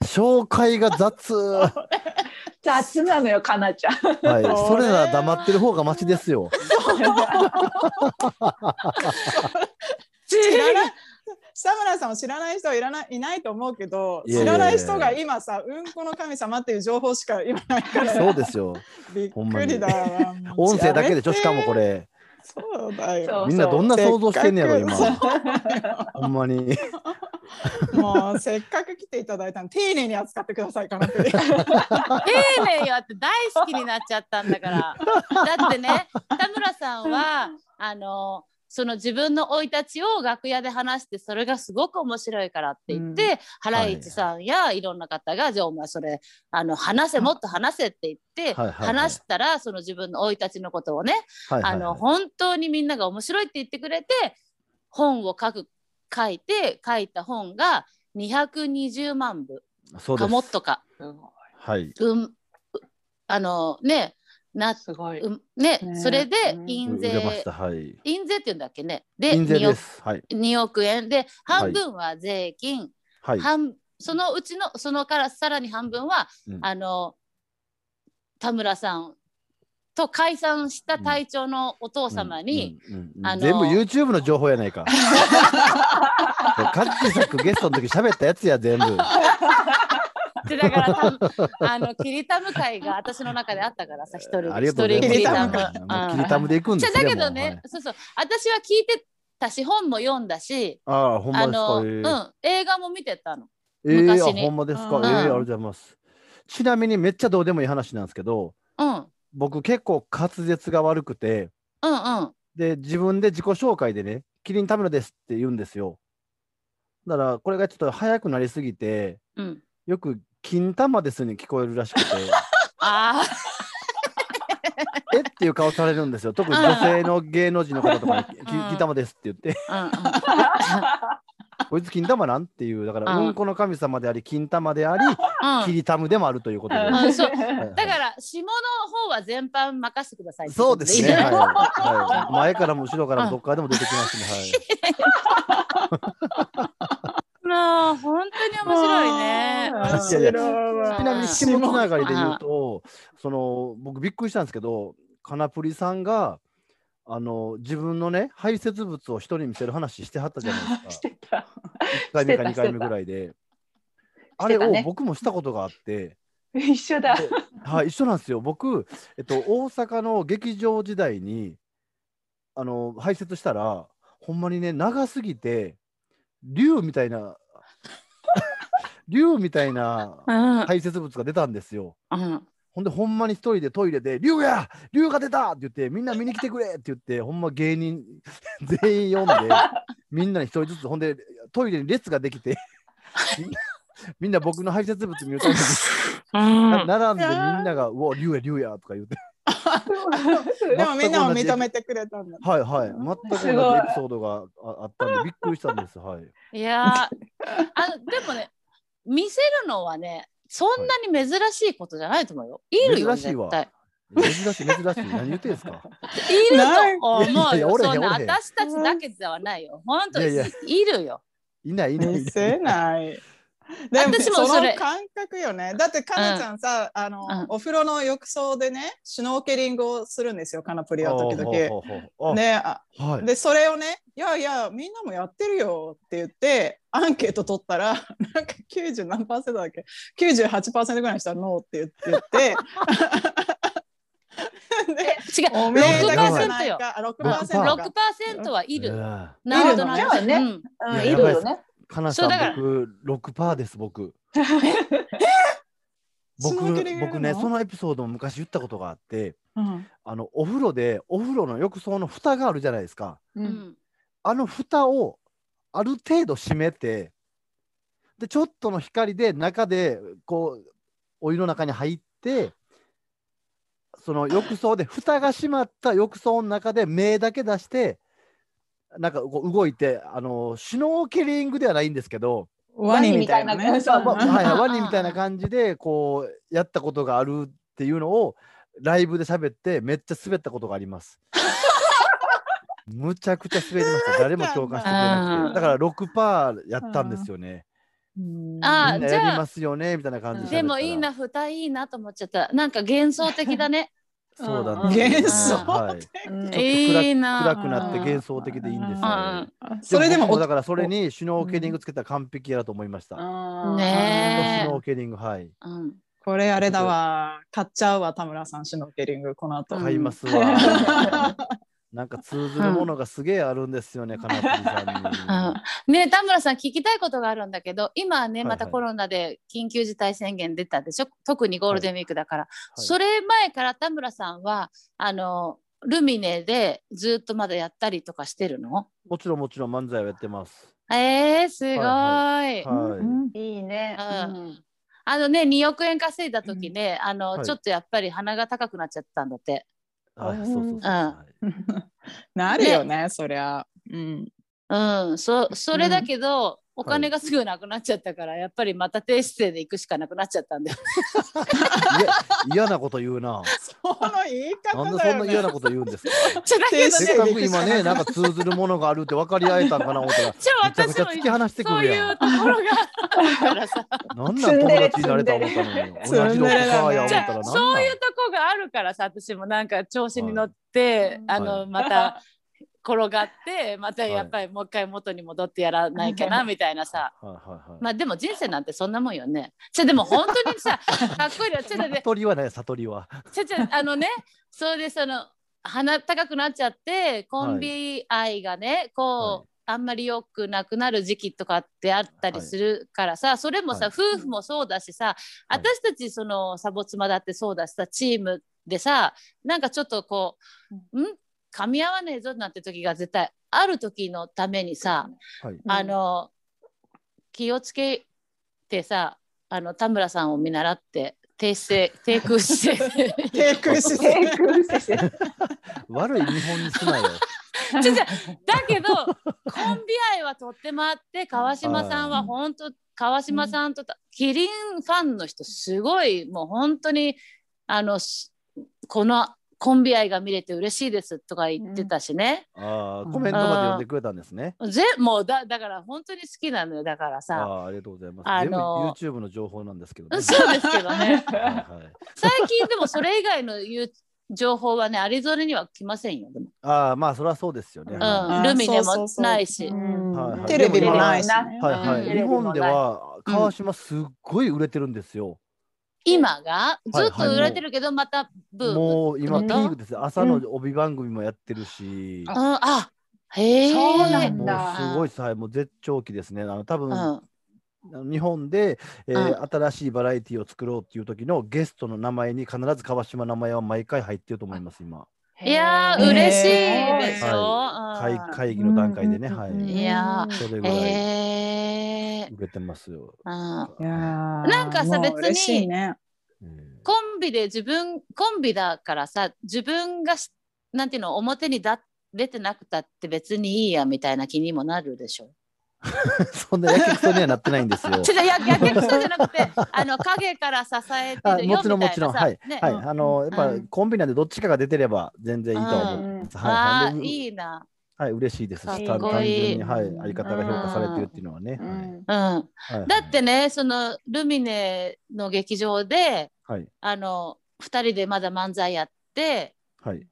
E: 紹介が雑。は
C: 雑なのよかなちゃん。
E: い。それなら黙ってる方がマシですよ。
D: 知ら ない。田村さんを知らない人はいらないいないと思うけど、
E: いやい
D: 知
E: やい
D: らな
E: や
D: い人が今さ、うんこの神様っていう情報しか今ないから。
E: そうですよ。
D: びっ
E: ほんま
D: く
E: に
D: りだわ。もう
E: 音声だけでしょ、しかもこ。
D: やめて
E: れ。
D: そうだよ。
E: みんなどんな想像してんねやろ、今
D: せ。っ
E: ほんまに。
D: もうせっかく来ていただいたの、丁寧に扱ってくださいかな って。
B: 丁寧よって大好きになっちゃったんだからだってね田村さんはあのその自分の生い立ちを楽屋で話してそれがすごく面白いからって言って、ハライチさんやいろんな方が、じゃあお前それあの話せもっと話せって言って、
E: はいはいはい
B: 話したらその自分の生い立ちのことをね
E: はいはい
B: あの本当にみんなが面白いって言ってくれて本を書く書いて書いた本が220万部
E: そうで
B: か
E: す
B: もっとか
E: はい。
B: うんうあのねな
C: すごい。
B: うんね
D: ね
B: それで
D: うん
B: 印
E: 売れまし
B: 税
E: た。はい。
B: 印税って言うんだっけねで
E: 印税
B: 2
E: で
B: 億
E: す。はい。
B: 2億円で半分は税金、
E: はい。
B: 半そのうちのそのからさらに半分は、
E: うん
B: あの田村さんと解散した隊長のお父様に、
E: うんうんうん
B: あの
E: 全部 YouTube の情報 やないか。カッチさくゲストの時喋ったやつや全部。
B: でだからたあのキリタム会が私の中であったからさ一人
E: あり
B: 一
E: がとう
B: 人
E: ございます。
B: キリタムうん
E: もうキリタムで行くんで
B: じ
E: す
B: ゃ
E: ね
B: だけどね、
E: もうはい
B: そうそう私は聞いてたし本も読んだし
E: ああ、ほんま
B: あ
E: です
B: の、
E: か。
B: う
E: えー
B: ん、映画も見てたの。
E: えー
B: 昔
E: あ
B: に
E: ほんまですか。
D: うん
E: えーありがとうございます。ちなみにめっちゃどうでもいい話なんですけど、
B: うん、うん
E: 僕結構滑舌が悪くて、
B: うん
E: で、自分で自己紹介でね、キリンタムラですって言うんですよ。だから、これがちょっと早くなりすぎて、
B: うん
E: よく金玉ですに聞こえるらしくて、
B: ああ
E: えっていう顔されるんですよ。特に女性の芸能人の方とかに、き
B: うん
E: 金玉ですって言って、
B: うんうん
E: こいつ金玉なんっていう、だから、
B: うん
E: うんこの神様であり、金玉であり、キリタムでもあるということで。
B: うんうんそう
E: はい
B: だから下の方は全般任せてくださいって
E: そ
B: こ
E: う
B: と
E: です
B: いい
E: ね。
B: じ
E: は
B: ゃ
E: い
B: ない
E: はい、前からも後ろからもどっからでも出てきますね。
B: まあ本当に面白いね。
D: 面
E: いやい
D: 白。
E: はいい、ちなみに下
D: 下
E: つながりで言うと、その僕びっくりしたんですけど、カナプリさんがあの自分のね排泄物を人に見せる話してはったじゃないで
C: し
E: す
C: てた。
E: か1回目か
C: してた
E: 2回目ぐらいで、あ
C: して
E: れ
C: たね
E: を僕もしたことがあって、
C: 一緒だ。
E: ではい、一緒なんですよ僕、えっと、大阪の劇場時代にあの排泄したらほんまにね長すぎて竜みた いな竜みたいな
B: うん
E: 排泄物が出たんですよ。
B: うん
E: ほんでほんまに一人でトイレで「竜や竜が出た!」って言ってみんな見に来てくれって言ってほんま芸人 全員呼んでみんなに一人ずつほんでトイレに列ができて みんなみんな僕の排泄物見ると
B: うん
E: 並んでみんなが「うお竜や竜や」とか言って
D: でもみんなも認めてくれたんだ。
E: はいはい全く同じ
C: す
E: エピ
C: ごい
E: ソードがああったんでびっくりしたんですはい
B: いやーあのでもね見せるのはねそんなに珍しいことじゃないと思うよ。いるよ
E: 珍しい
B: 絶
E: わ
B: 対。
E: 珍しい珍しい何言ってんすか
B: いると思
E: いや
B: う
E: いや
B: よ。
E: おれへん
B: そんな
E: おれへん
B: 私たちだけではないよ。本当に
E: いやい
B: いるよ。
E: いないいない
D: 見
E: いない
D: せない。でも
B: 私も
D: そ
B: それ
D: の感覚よね。だってかなちゃんさ、あの、
B: うん
D: お風呂の浴槽でねシュノーケリングをするんですよかなプリ は時々。
E: ほうほうほうほうあ
D: ねあ
E: はい
D: でそれをね「いやいやみんなもやってるよ」って言ってアンケート取ったらなんか90何パーセントだっけ98%ぐらいの人は「ノー」って言って言
B: 違う。六パー
D: って。でおめえだけじ
B: セ
D: ゃ
B: ント
D: ない
B: よ。
D: か。あ6%
E: パーセント
B: 六
D: か
B: パーセントはいる。
E: うん
B: なるほど
C: い
B: な
C: る
B: る
C: の
B: ほど。
C: ね
B: うん
C: う
E: い
C: ん、
E: や
C: いるよね。
E: かな
B: そ
E: さ
B: うだから
E: ん僕6パーです僕
D: そ
E: 僕
D: んなわけで言えるの
E: 僕ねそのエピソードも昔言ったことがあって
D: うん
E: あのお風呂でお風呂の浴槽の蓋があるじゃないですか
C: う、
B: うんん。
E: あの蓋をある程度閉めてでちょっとの光で中でこうお湯の中に入ってその浴槽で蓋が閉まった浴槽の中で目だけ出してなんかこう動いてあのシュノーケリングではないんですけど
D: ワニみたいな
C: ワニ
D: ね。
C: みた いな
E: まあ
C: うん
E: はいはい、
B: うん
E: ワニみたいな感じでこうやったことがあるっていうのをライブで喋ってめっちゃ滑ったことがあ ります。むちゃくちゃ滑りました。誰も共感してくれなく
B: うん
E: て。だから6パーやったんですよね。
D: うん
B: あ
E: みんな
B: じゃあ
E: やりますよねみたいな感じ喋ったら
B: でもいいな、。蓋いいなと思っちゃった。なんか幻想的だね。
E: そうだね。
D: 幻
B: 想的
E: はい
C: うん
E: ちょっと暗く
B: いいな。
E: 暗くなって幻想的でいいんです
B: う
E: よ
B: ん
E: あ
D: そ
E: れ。
D: れで
E: 僕
D: も
E: だからそれにシュノーケリングつけたら完璧やと思いました。シ
C: うん
B: ねえ
E: ュノーケリングはい。
B: うん。
D: これあれだわ買っちゃうわ田村さんシュノーケリングこの後、
B: うん
E: 買いますわ。なんか通ずるものがすげえあるんですよね、かなぷりさんに。
B: うんねえ田村さん聞きたいことがあるんだけど今ね
E: はい
B: またコロナで緊急事態宣言出たでしょ、特にゴールデンウィークだから、
E: い
B: それ前から田村さんはあのルミネでずっとまだやったりとかしてるの
E: もちろんもちろん漫才をやってます。
B: えー、すごい、
E: は
D: う
E: は
D: ん
C: いいね。
B: うん
C: うん
B: あのね2億円稼いだ時ね、あの
E: はい
B: ちょっとやっぱり鼻が高くなっちゃったんだって
E: い。はい、そうそうそうう。
D: ん
E: は
D: なるよねそりゃ、うん、
B: うんそそれだけど、お金がすぐなくなっちゃったから、やっぱりまた低姿勢で行くしかなくなっちゃったんだよ。
E: いいや嫌なこと言うな。
D: その言い
E: な
D: 方
E: んで
D: だ
E: そん
D: よ
E: な
D: ね
E: 嫌 なこと言うんです か。
B: じゃだけど
E: せっかく
D: 低姿
E: 今
D: 勢で
E: ね、なんか通ずるものがあるって分かり合えたんかな思ったら、
B: じゃあ
E: めちゃく
B: 私
E: ちゃ
B: も
E: 突き放してく
B: そう
E: る
B: い
E: や
B: うところが あるからさ
E: ん。なんなん友達になれた思ったのに、
D: ツンデレ
E: 同じのことさや思っ
D: ツンデレだね
E: たらなんなん。
B: そういうとこがあるからさ私もなんか調子に乗って、
C: はい
B: あの、
E: はい
B: また転がってまた
E: はい
B: やっぱりもう一回元に戻ってやらないかなみたいなさ。
E: はいはいはい。
B: まあでも人生なんてそんなもんよね。じゃでも本当に さかっこいいよ。ちょっとね
E: 悟りはね、悟りは。
B: ちょちょあのねそれでその鼻高くなっちゃってコンビ愛がねこう、あんまり良くなくなる時期とかってあったりするからさ、それもさ、
E: は
B: 夫婦もそうだしさ、
E: はい
B: 私たちそのサボ妻だってそうだしさチームでさなんかちょっとこう、ん噛み合わねえぞなんて時が絶対ある時のためにさ、
E: はい。
B: あの気をつけてさあの田村さんを見習って低 姿勢低空姿勢
D: 低空姿
C: テイ
D: 勢
C: クしてして
E: 悪い日本にすなよ。
B: ちょちょだけどコンビ愛はとってもあって川島さんは本当川島さんとたキリンファンの人すごいもう本当にあのすこのコンビ愛が見れて嬉しいですとか言ってたしね、
E: ああ、コメントまで読んでくれたんですね。
B: ぜもうだだから本当に好きなのよだから
E: あ
B: さ
E: あーありがとうございます。
B: あの
E: 全部 YouTube の情報なんですけど、
B: そうですけどね
E: はいはい
B: 最近でもそれ以外の You- 情報はねあれぞれには来ませんよでも、
E: ああまあそれはそうですよね。
B: うん
E: は
D: あー
B: ルミネ
D: そう
B: も
D: そうそう
B: ないし
E: はいはい
D: テレビもないしね、
E: いは
B: うん
E: い。
B: テ
E: 日
B: レ
C: ビもな
E: 本
C: い
E: では川島すっごい売れてるんですよ。
B: 今が
E: い
B: ずっと売られてるけどまたブーム、
E: もう今
B: う
E: ピ
B: ん
E: ークですよ。朝の帯番組もやってるし。
B: うんあへえ
C: そうなん
E: もう
C: だ
E: すごいですはい、もう絶頂期ですね。あの多分、
B: うん
E: 日本で、えー
B: う
E: 新しいバラエティを作ろうっていう時のゲストの名前に必ず川島の名前は毎回入ってると思います今
B: いやー
D: へー
B: 嬉しいでしょ、
E: 会
B: うん
E: 会議の段階で
D: う
E: ね、
D: んうん
E: は
D: う
E: い、
D: んうん
B: いや
E: それぐらい
B: へえ
E: 売れてますよ、
B: うん
D: いやー
B: なんかさ
D: もう
B: 別に
D: 嬉しいね
E: うん
B: コンビで自分コンビだからさ自分がしなんていうの表にだ出てなくたって別にいいやみたいな気にもなるでしょ。
E: そんなやけくそにはなってないんですよ
B: ちょっとややけくそじゃなく てあの影から支え
E: あ
B: てるよみたいなさ。
E: もちろんもちろんはい、
B: ね
E: はい
B: うん
E: あのやっぱ、
D: うん
E: コンビなんでどっちかが出てれば全然いいとは思います、はい
B: あ
E: は
B: ー
E: い
B: いいな。
E: はい嬉しいです
B: かっ
E: 単
B: こいい
E: 単純にはいあり方が評価されてるっていうのはね、
C: う
E: はい
C: ん
B: うん、
E: はい
B: だってねそのルミネの劇場で
E: はい
B: あの2人でまだ漫才やって
E: はい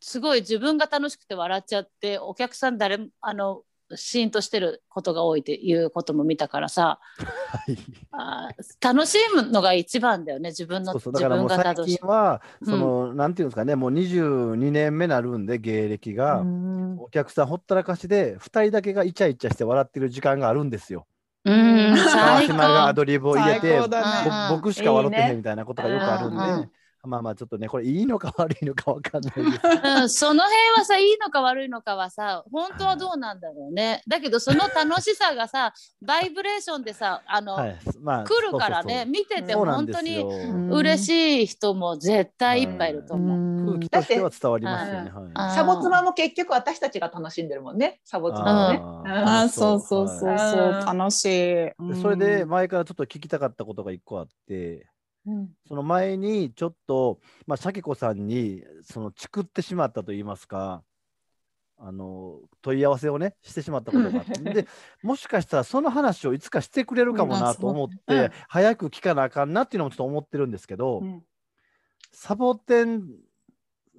B: すごい自分が楽しくて笑っちゃってお客さん誰もあのシーンとしてることが多いっていうことも見たからさ、
E: はい
B: あー楽しむのが一番だよね自分の
E: そうそうだ
B: 自
E: からも
B: 分
E: う
B: が
E: 最
B: 楽し
E: 近はその、なんていうんですかねもう22年目なるんで芸歴が、
D: うん
E: お客さんほったらかしで2人だけがイチャイチャして笑ってる時間があるんですよ。
B: うん
E: 川
B: 最
E: 島がア
B: 高
E: ドリブを入れ
D: 最
E: て
D: 高だね
E: ぼ僕しか笑ってへんみたいなことがよくあるんで。まあまあちょっとねこれいいのか悪いのかわかんない ですけど
B: うん、その辺はさいいのか悪いのかはさ本当はどうなんだろうねだけどその楽しさがさバイブレーションでさあの、
E: はいまあ
B: 来るからね見てて
E: そうな
B: 本
E: んで
B: 当
E: すよ
B: に嬉しい人も絶対いっぱいいると思う。
E: 空気としては伝わりますよね。はい
B: あー
C: サボ妻も結局私たちが楽しんでるもんねサボ妻もね。
E: ー
D: あーそうそうそうそう、
C: はい
D: 楽しい、
E: で
D: うん
E: それで前からちょっと聞きたかったことが一個あって、
D: うん
E: その前にちょっと、まあ、シャキ子さんにそのチクってしまったと言いますかあの問い合わせをねしてしまったことがあって
C: うん
E: でもしかしたらその話をいつかしてくれるかも
D: ま
E: な
D: あ
E: と思って、
C: そううん
E: 早く聞かなあかんなっていうのもちょっと思ってるんですけど、
C: うん
E: サボテン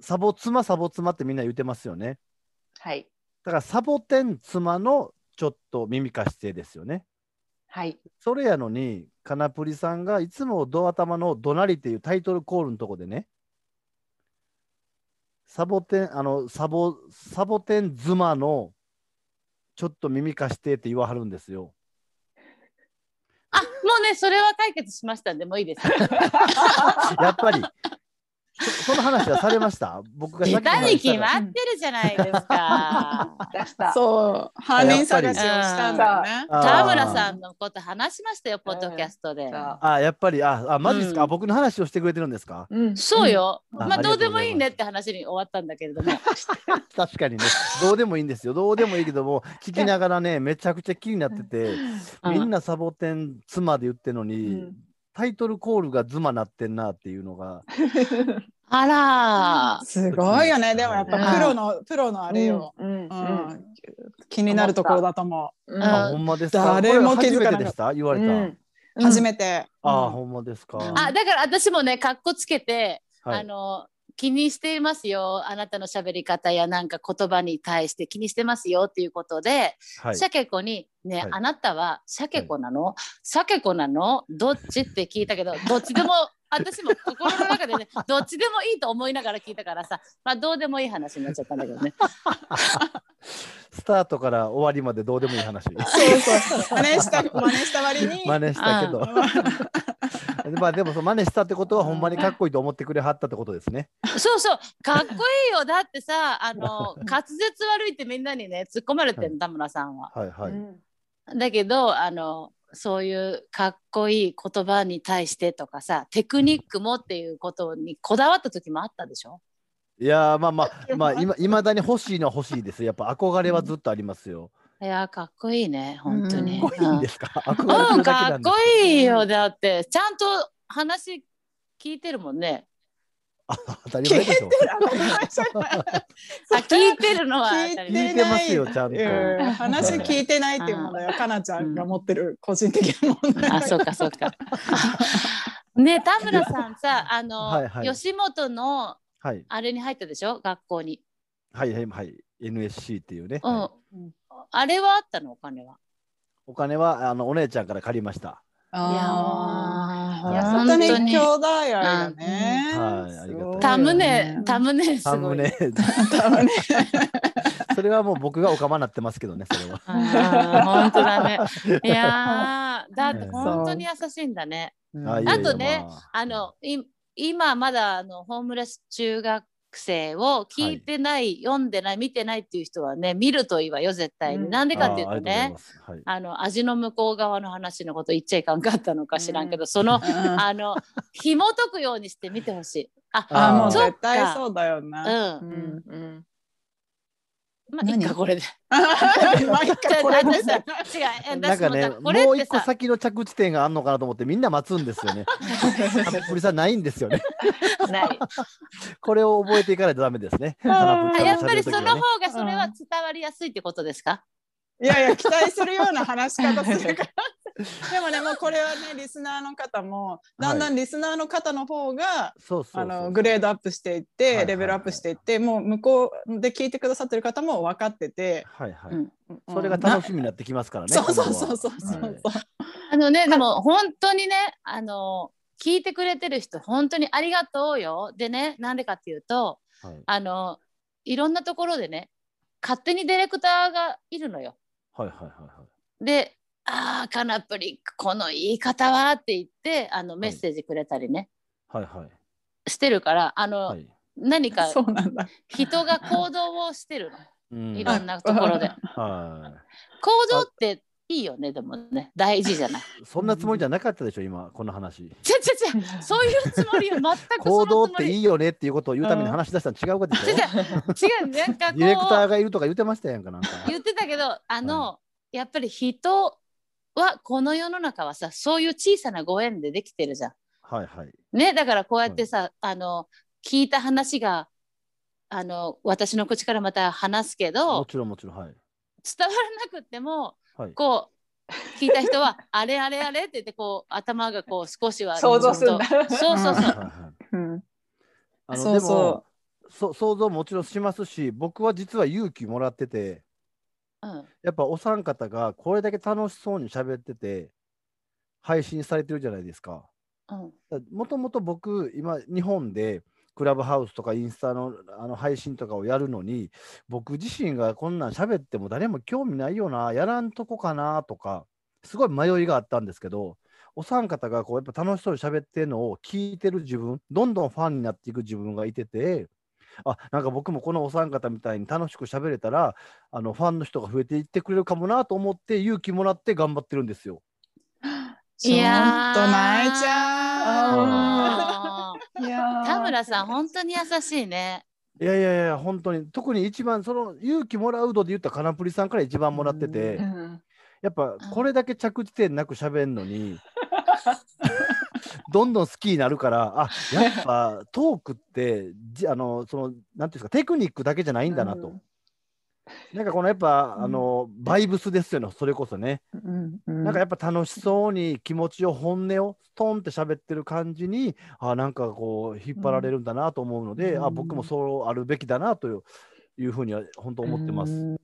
E: サボ妻サボ妻ってみんな言ってますよね
C: はい
E: だからサボテン妻のちょっと耳貸してですよね
C: はい
E: それやのにカナプリさんがいつもドア玉の「怒鳴り」っていうタイトルコールのとこでねサボテンあのサボサボテン妻のちょっと耳貸してって言わはるんですよ。
B: あもうねそれは解決しましたんでもういい です。
E: やっぱりそその話はされました僕が
B: 下手に
E: き
B: 決まってるじゃないですか。
C: 出した。
D: そう犯人探しを
B: やっぱり
D: したんだよね
B: 田村さんのこと話しましたよポッドキャストで。
C: さ
E: あやっぱりああマジですか、
B: うん
E: 僕の話をしてくれてるんですか
C: うん
B: そうよ、
E: ん
B: ま
E: ああ
B: あ
E: りが
B: ど
E: とうござ
B: うで
E: います
B: もいいねって話に終わったんだけれ ども
E: 確かにねどうでもいいんですよどうでもいいけども 聞きながらねめちゃくちゃ気になってて
B: うん
E: みんなサボテン妻で言ってんの
C: う
E: に、
C: ん
E: タイトルコールが妻なってんなっていうのが
B: あらー
D: すごいよねでもやっぱプロのプロのあれよ、
C: うん
D: うん気になるところだと思
C: うん
E: あ
B: うん
E: ほんまですか
D: 誰も
E: これ初め
D: 気づかなかった
E: てでした言わ
C: う
E: れた、
C: ん
D: う、初めて、
E: ああ
D: うん
E: ほんまですか
B: あだから私もねかっこつけて、
E: は
B: あ
E: い
B: の気にしていますよあなたの喋り方やなんか言葉に対して気にしてますよっていうことで、
E: はい
B: シャケ子に「ね、
E: はい
B: あなたはシャケ子なの、シャケ子なのどっち?」って聞いたけ どどっちでも私も心の中でねどっちでもいいと思いながら聞いたからさまあどうでもいい話になっちゃったんだけどね。
E: スタートから終わりまでどうでもいい 話
D: そうそう真似 した真似した割に
E: 真似したけどまあでもそう真似したってことはほんまにかっこいいと思ってくれはったってことですね
B: そうそう、かっこいいよ。だってさ、あ の滑舌悪いってみんなにね突っ込まれて
E: は
B: ん田村さんは。
E: はいはい、
B: だけどあのそういうかっこいい言葉に対してとかさ、テクニックもっていうことにこだわった時もあったでしょ。
E: いやーまあまあまあ今いまだに欲しいのは欲しいですやっぱ憧れはずっとありますよ、
B: いやかっこいいね本当に。
D: うん
E: かっこいいんですか憧れて
B: うん、
E: るだけ
B: か
E: な
B: っ
E: んです
B: こ
E: い
B: いいよだってちゃんと話聞いてるもんね。
E: 当たり前でし
B: あ
E: ょ
B: 聞いてるのは当たり前
E: 聞いてますよちゃんと
D: うん話聞いてないっていう問題はかなちゃんが持ってる個人的な問題
B: あ、そうか、 そうか。ねえ、田村さんさ、あの、
E: はいはい
B: 吉本の
E: はい
B: あれに入ったでしょ学校に、
E: はいはいはい NSC っていうね、
B: うん
E: はい
C: うん
B: あれはあったのお金は
E: お金はあのお姉ちゃんから借りました。
D: あー
B: い
D: い
B: や
D: や
B: 本
D: 本
B: 当
D: 当
B: に
D: に兄弟愛だね。
E: うんはいあり
D: すご
E: がたい
D: よね
B: タムネタムネす
E: あ
B: ご
E: の
B: い、
E: ね、
D: タムネ。
E: それはもう僕がおかまなってますけどね、それは。
B: あー本当だねい やーだって
E: そう
B: 本当に優しいんだね
E: あい
B: あ
E: やいや
B: とね
E: まあ
B: あのい今まだあのホームレス中学生を聞いてない、読んでない見てないっていう人はね見るといいわよ絶対に、
C: うん
B: なんでかっていうと
E: ああり
B: ね
E: がとうございますはい
B: あの味の向こう側の話のこと言っちゃいかんかったのか知らんけど、その
D: あ
B: あの紐解くようにして見てほしい。あ
D: あもう
B: そっか
D: 絶対そうだよ
B: う
D: な。
B: ん、
D: うん
C: うん
B: まあいいか
D: 何
B: これで。
D: 毎回これで
B: じゃ
D: さ。
B: あ私さ 違う
E: なん
B: 私
E: か
B: も
E: ね、
B: さこれ
E: もう
B: って
E: 一個
B: さ
E: 先の着地点があるのかなと思って、みんな待つんです よね。たっぷりさんないんですよね。
C: ない
E: これを覚えていかないとダメですね。
D: あ
B: あ
E: 花
B: やっ
E: 粉
B: ぱ
E: さん
B: り
E: 喋る時
B: そ
E: はね
B: の方がそれは伝わりやすいってことですか、
D: いやいや期待するような話し方する からでもねもうこれはねリスナーの方もだんだんリスナーの方の方が、
E: そうそうそう
D: あのグレードアップしていっ
E: はいはいは
D: て
E: い
D: レベルアップしていってもう向こうで聞いてくださってる方も分かってて
E: はいはい、
B: うん
E: それが楽しみになってきますからね。
D: そう
E: 今度
D: そう
E: は
D: そうそうそう
E: はい
B: あのねでも本当にねあの聞いてくれてる人本当にありがとうよでねなんでかっていうと
E: はい
B: あのいろんなところでね勝手にディレクターがいるのよ。
E: はいはいはい
B: で「ああカナプリこの言い方は」って言ってあのメッセージくれたりね、
E: はいはいはい
B: してるからあの、
E: はい。
B: 何か
D: そうなんだ
B: 人が行動をしてるの
E: うん
B: いろんなところで。
E: は
B: 行動っていいよねでもね大事じゃ ない。
E: い。そんなつもりじゃなかったでしょ今この話。
B: ちゃちゃちゃそういうつもりよ全くそ
E: 行動
B: の
E: っ
B: つも
E: て
B: り。
E: いいよねっていうことを言うために話し出したの違うかでしょ。
B: 違う違うなんかこ
E: ディレクター
B: う
E: がいるとか言ってましたやんかなんか。
B: 言ってたけどあの、やっぱり人はこの世の中はさそういう小さなご縁でできてるじゃん。
E: はいはい。
B: ね、だからこうやってさ、あの聞いた話があの私の口からまた話すけ
E: も
B: ど
E: ちろんもちろんはい。
B: 伝わらなくっても
E: はい。
B: こう聞いた人は 「あれあれあれ」って言ってこう頭がこう少しは
C: 想像するんだ
B: ちょっとそうそう
E: は
B: そ
E: いはいうはい
D: うん
E: あの
D: そうそ
E: でもそ想像もちろんしますし僕は実は勇気もらってて
B: うん
E: やっぱお三方がこれだけ楽しそうに喋ってて配信されてるじゃないですか。
B: うん
E: もともと僕今日本でクラブハウスとかインスタのあの配信とかをやるのに僕自身がこんなん喋っても誰も興味ないよなやらんとこかなとかすごい迷いがあったんですけどお三方がこうやっぱ楽しそうに喋ってるのを聞いてる自分どんどんファンになっていく自分がいててあなんか僕もこのお三方みたいに楽しく喋れたらあのファンの人が増えていってくれるかもなと思って勇気もらって頑張ってるんですよ。
D: ちょっと泣いち
B: うん
D: ゃう
C: いやー
B: 田村さん本当に優しいね。
E: いやいやいや、本当に、特に一番、その勇気もらう度で言ったらカナプリさんから一番もらってて、
C: うん
E: やっぱこれだけ着地点なく喋ん のに、どんどん好きになるから、あやっぱトークって、じあのそのなんていうんですか、テクニックだけじゃないんだなと。なんかこのやっぱ、あのバイブスですよね、それこそね。
D: な
E: なんかやっぱ楽しそうに気持ちを本音をストンって喋ってる感じにあなんかこう引っ張られるんだなと思うので、
D: うん
E: あ僕もそうあるべきだなといういうふうには本当思ってます。
D: うん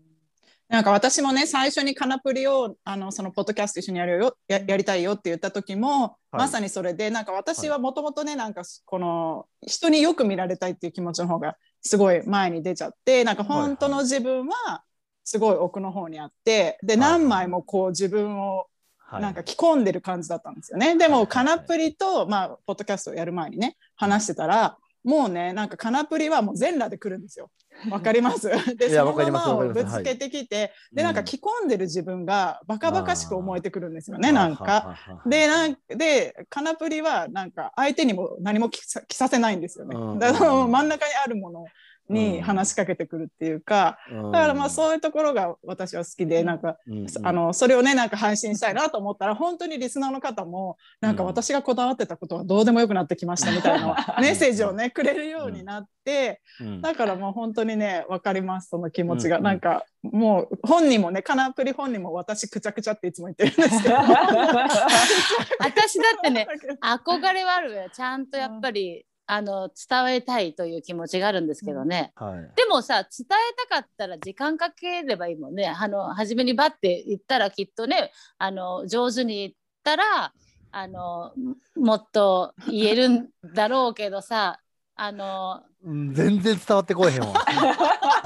D: なんか私もね最初にカナプリをあのそのポッドキャスト一緒にやるよややりたいよって言った時も、
E: い
D: まさにそれでなんか私はもともとねなんかこの人によく見られたいっていう気持ちの方がすごい前に出ちゃってなんか本当の自分はすごい奥の方にあってで
E: いはい
D: 何枚もこう自分を
E: はい、
D: なんか着込んでる感じだったんですよね。で
E: はいは
D: も
E: い
D: カナプリと、まあ、ポッドキャストをやる前にね話してたらもうねなんかカナプリはもう全裸で来るんですよ。わかります で
E: い
D: その
E: や
D: ま
E: わかります
D: ま
E: わか
D: を
E: ります
D: ぶつけてきて、
E: う
D: で
E: ん
D: なんか着込んでる自分がバカバカしく思えてくるんですよね
E: は
D: な
E: あ
D: ん
E: はあ
D: か。
E: はあはあ
D: でなんでカナプリはなんか相手にも何も着さ着させないんですよね。
E: うん
D: だから真ん中にあるもの
E: う
D: に
E: ん
D: 話しかけてくるっていうか、
E: うん
D: だからまあそういうところが私は好きでなんか
E: うんうん
D: あのそれをねなんか配信したいなと思ったら本当にリスナーの方もなんか
E: うん
D: 私がこだわってたことはどうでもよくなってきましたみたいな
E: うん
D: メッセージをねくれるようになって
E: うん
D: だからもう本当にね分かりますその気持ち
E: う
D: が
E: ん
D: なんかもう本人もねカナプリ本人も私くちゃくちゃっていつも言ってるんですけど
B: 私だってね憧れはあるわよちゃんとやっぱりあの伝えたいという気持ちがあるんですけどね、
E: はい。
B: でもさ伝えたかったら時間かければいいもんねあの初めにバッて言ったらきっとねあの上手に言ったらあのもっと言えるんだろうけどさあ の
E: うん全然伝わってこえへん わ。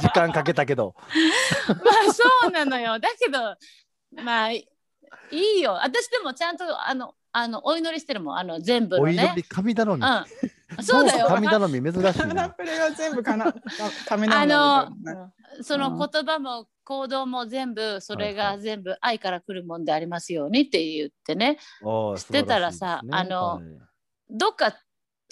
E: 時間かけたけど。
B: まあそうなのよだけどまあいいよ私でもちゃんとあのあのお祈りしてるもんあの全部の
E: お祈
B: ね
E: り、。神頼み。
B: うん、そうだよ
E: 神頼み珍しい
D: ナ
E: な。
D: プレは全部かな、ためなんだみたいなね
B: その言葉も行動も全部それが全部愛から来るもんでありますようにって言ってね
E: おー
B: 知ってたらさ
E: 素晴しいですね
B: あの
E: はい
B: どっか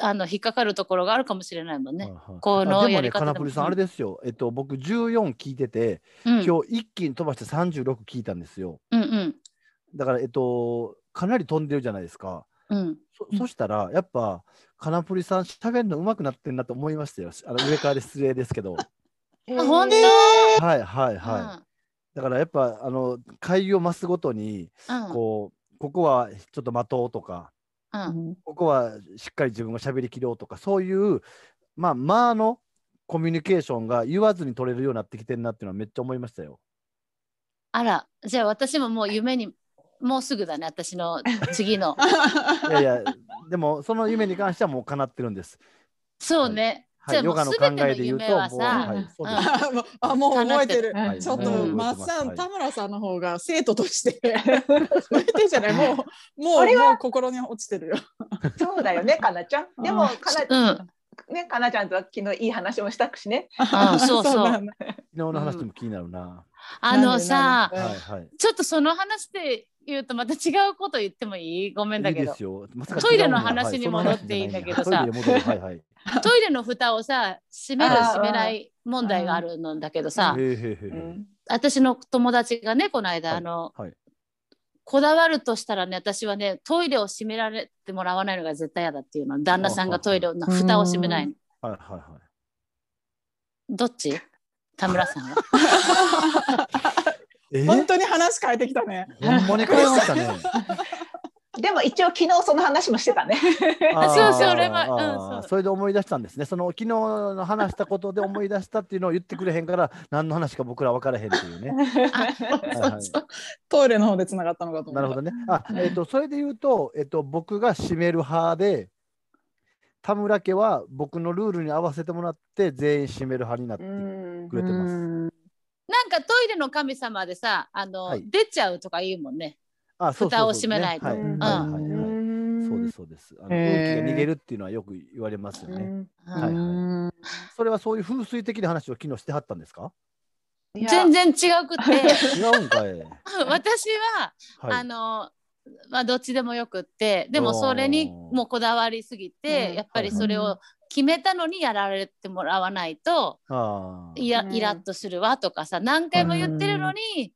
B: あの引っかかるところがあるかもしれないもんね。
E: はいはい
B: この
E: あで
B: や
E: も
B: り方
E: ね、か
B: でも
E: なぷりさん、あれですよ。えっと、僕14聞いてて、
B: うん、
E: 今日一気に飛ばして36聞いたんですよ。
B: うんうん
E: だから、えっと、かなり飛んでるじゃないですか。
B: うん、
E: そ
D: うん
E: そしたら、やっぱ、かなぷりさん、喋るの上手くなってんなと思いましたよ。あの上からで失礼で すけど。
B: あ本当、
E: はいはいはい。だからやっぱ、あの、会議を増すごとに、
B: うんうん
E: こう、ここはちょっと待とうとか、
B: うん
E: ここはしっかり自分が喋りきろうとか、そういう、まあ、まあのコミュニケーションが言わずに取れるようになってきてるなっていうのはめっちゃ思いました よ。
B: あらじゃあ私ももう夢にもうすぐだね私 の次の
E: いやいや、でもその夢に関してはもう叶ってるんです。
B: そうね、
E: は い、
B: じゃ
E: ヨ
B: あ
E: ガ
B: も
E: の
B: う
E: 考
B: 全ての
E: えで言うと、
B: 夢
E: もう、
B: はさ、
E: はい、そうです。
D: あもうあもう覚えてる。
E: はい
D: ちょっ
B: う
D: と、
B: ん
D: マッサン、
E: 覚えてます
D: 田村さんの方が生徒と して、向いてんじゃないもう、も
C: あ
D: う、
C: れ
D: もう心に落ちてるよ。
C: そうだよね、かなちゃん。でも、かな、
B: うん、
C: ね、かなちゃんとは昨日いい話もしたしね。
B: んそう そう
D: なんだ
E: 昨日の話でも気になるな。
B: あのさ
D: なんでなんで
E: はいはい。
B: ちょっとその話で言うとまた違うこと言ってもいいごめんだ
E: いい
B: け
E: で
B: ど
E: すよ。まさ
B: トイレの
E: 違うな
B: 話に
E: その
B: 戻っていいんだけどさ
E: トイレに戻るはいはい。へ
B: トイレの蓋をさ閉める
C: あー
B: 閉めない問題があるんだけどさ
E: ーへーへ
D: う
E: ーへー
D: ん
B: 私の友達がねこの間、
E: はい
B: あの
E: はい
B: こだわるとしたらね私はねトイレを閉められてもらわないのが絶対嫌だっていうの旦那さんがトイレの蓋を閉めないの
E: はいはいはい。
B: どっち田村さん は
E: え
D: 本当に話変えてきたね。
E: ほんまに変えましたね。
C: でも、一応昨日その話もしてたね。
E: あー
B: そうそう俺はうん
E: あー
B: そう
E: それで思い出したんですね。その昨日の話したことで思い出したっていうのを言ってくれへんから、何の話か僕ら分からへんってい うね。はいはい
D: そうそうトイレの方で繋がったのかと思った。
E: なるほどね。あ、えっ、と、それで言うと、えっ、と、僕が締める派で。田村家は僕のルールに合わせてもらって、全員締める派になって
C: うん
E: くれてます。
B: なんかトイレの神様でさあの、
E: はい
B: 出ちゃうとか言うもんね
E: あ、そうそうそう
B: 蓋を閉めないと
E: はい、はい、
C: うん
E: はいはいそうです、そうです。あの空気が逃げるっていうのはよく言われますよね。はいはいそれはそういう風水的な話を昨日してはったんで すか。
B: 全然違くて
E: 違うんかい。
B: 私は
E: は
B: あ
E: い。
B: のまあどっちでもよくってでもそれにもうこだわりすぎて、
C: うん
B: やっぱりそれを決めたのにやられてもらわないと、
E: あー
B: いや
C: うん
B: イラッとするわとかさ何回も言ってるのに、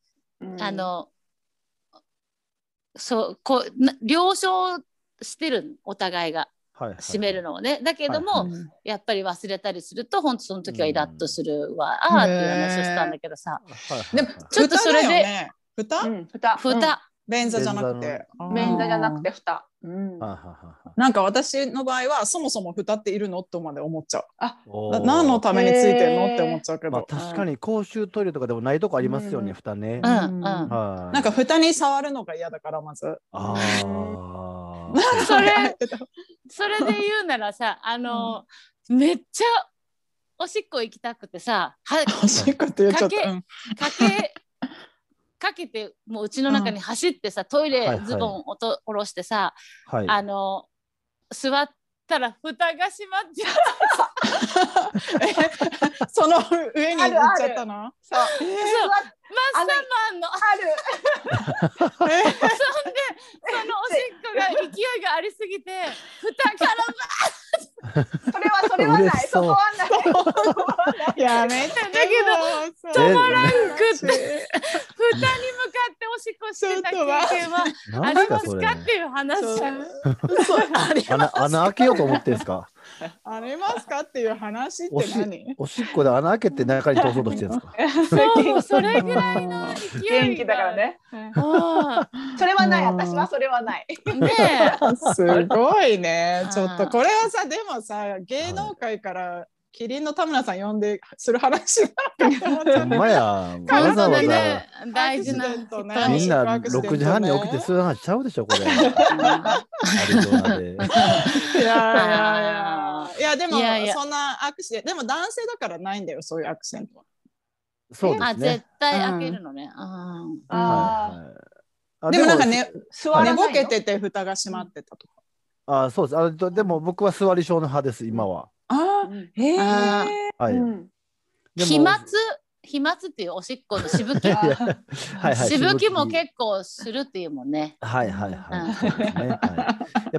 B: あのそうこうな了承してるお互いが
E: はいはい
B: 閉めるのをねだけども、
E: は
D: うん
B: やっぱり忘れたりすると本当その時はイラッとするわ、
D: うん
B: あーっていう話をしたんだけどさ
E: はいはいはい
D: でもちょっとそれで、蓋
C: う
D: だよね
C: ん、
B: 蓋、
C: 蓋。
D: 蓋便座じゃなくて。
C: うん。便座じゃなくて、
D: て。
C: 蓋。うん
E: はいはいはいはい
D: なんか私の場合はそもそも蓋っているのとまで思っちゃう。
E: おー
D: な何のためについてんの
C: へー
D: って思っちゃうけ
E: まあ
D: ど。
E: 確かに公衆トイレとかでもないとこありますよ
C: う
E: ね、
C: ん
E: 蓋ね。
B: うん
D: うん
B: うん
D: なん
E: はい。
D: なんか蓋に触るのが嫌だからまず。
E: ああ。
B: そ れ
D: えっと
B: それで言うならさあの、めっちゃおしっこ行きたくてさは
D: おしっこって言っちゃった。うん
B: か けかけてもううちの中に走ってさトイ
E: はいは
B: レ
E: い
B: ズボンをと下ろしてさ、
E: はい。
B: あの座ったら蓋が閉まって
D: えその上に行っちゃったの。
C: そ
B: そう
C: う。座っ
B: マッサマンの
C: ある。
D: え
B: そんでそのおしっこが勢いがありすぎて蓋から
C: それは、それはな
E: 嬉
C: い。
E: し
C: そ
E: そう
C: こはない。そこはない。
D: やめて
E: え
D: もう
B: くって蓋に向かっておしっこしてた経験は
E: な
B: あ
E: ん
B: り
E: す
B: ま
E: か
B: す
E: それ
B: かっていう話
D: そうそうあり
E: 穴穴開けようと思ってんすか。
D: ありますかっていう話って何
E: おしっこで穴開けて中に通そうとしてるん ですか
B: そうもうそれぐらいの勢いが
C: 元気だから。ね。
B: あ
C: それはない、
D: うん
C: 私はそれはない。
B: あねえ
D: すごいね
B: あ。ー
D: ちょっとこれはさ、でもさ、芸能界からキリンの田村さん呼んでする話なのかなと思
E: ほ
D: っ
E: ん
D: て
E: まや
D: あ
E: わ
D: りが
E: ざ
D: とう
E: わ
D: ございます
E: ざ
B: 大事な
D: アクシデントね
E: みんな
D: 宿泊してると
E: 6
D: ね
E: 時半に起きてする話ちゃうでしょこれアリゾナで
D: いやいやいや。いやでも
B: いやいや
D: そんなアクシデント、でも男性だからないんだよ、そういうアクシデントは。
E: そうで
B: あ
E: すね
B: 絶対開けるのね。あ
C: あ
E: はいはいあ
D: でもなんかね、
C: 座らない
D: 寝
C: の
D: ぼけてて蓋が閉まってたとか。
E: あそうですあとでも僕は座り症の派です今は、
D: あ
B: ーうん
C: へ
D: あ
C: え。
E: はい、
C: うん
E: でも
B: 飛沫飛沫っていうおしっこのしぶき
E: いやはいはい
B: しぶきも結構するっていうもんね。
E: はいはいは
B: うん
E: いそうですね、はい、やっ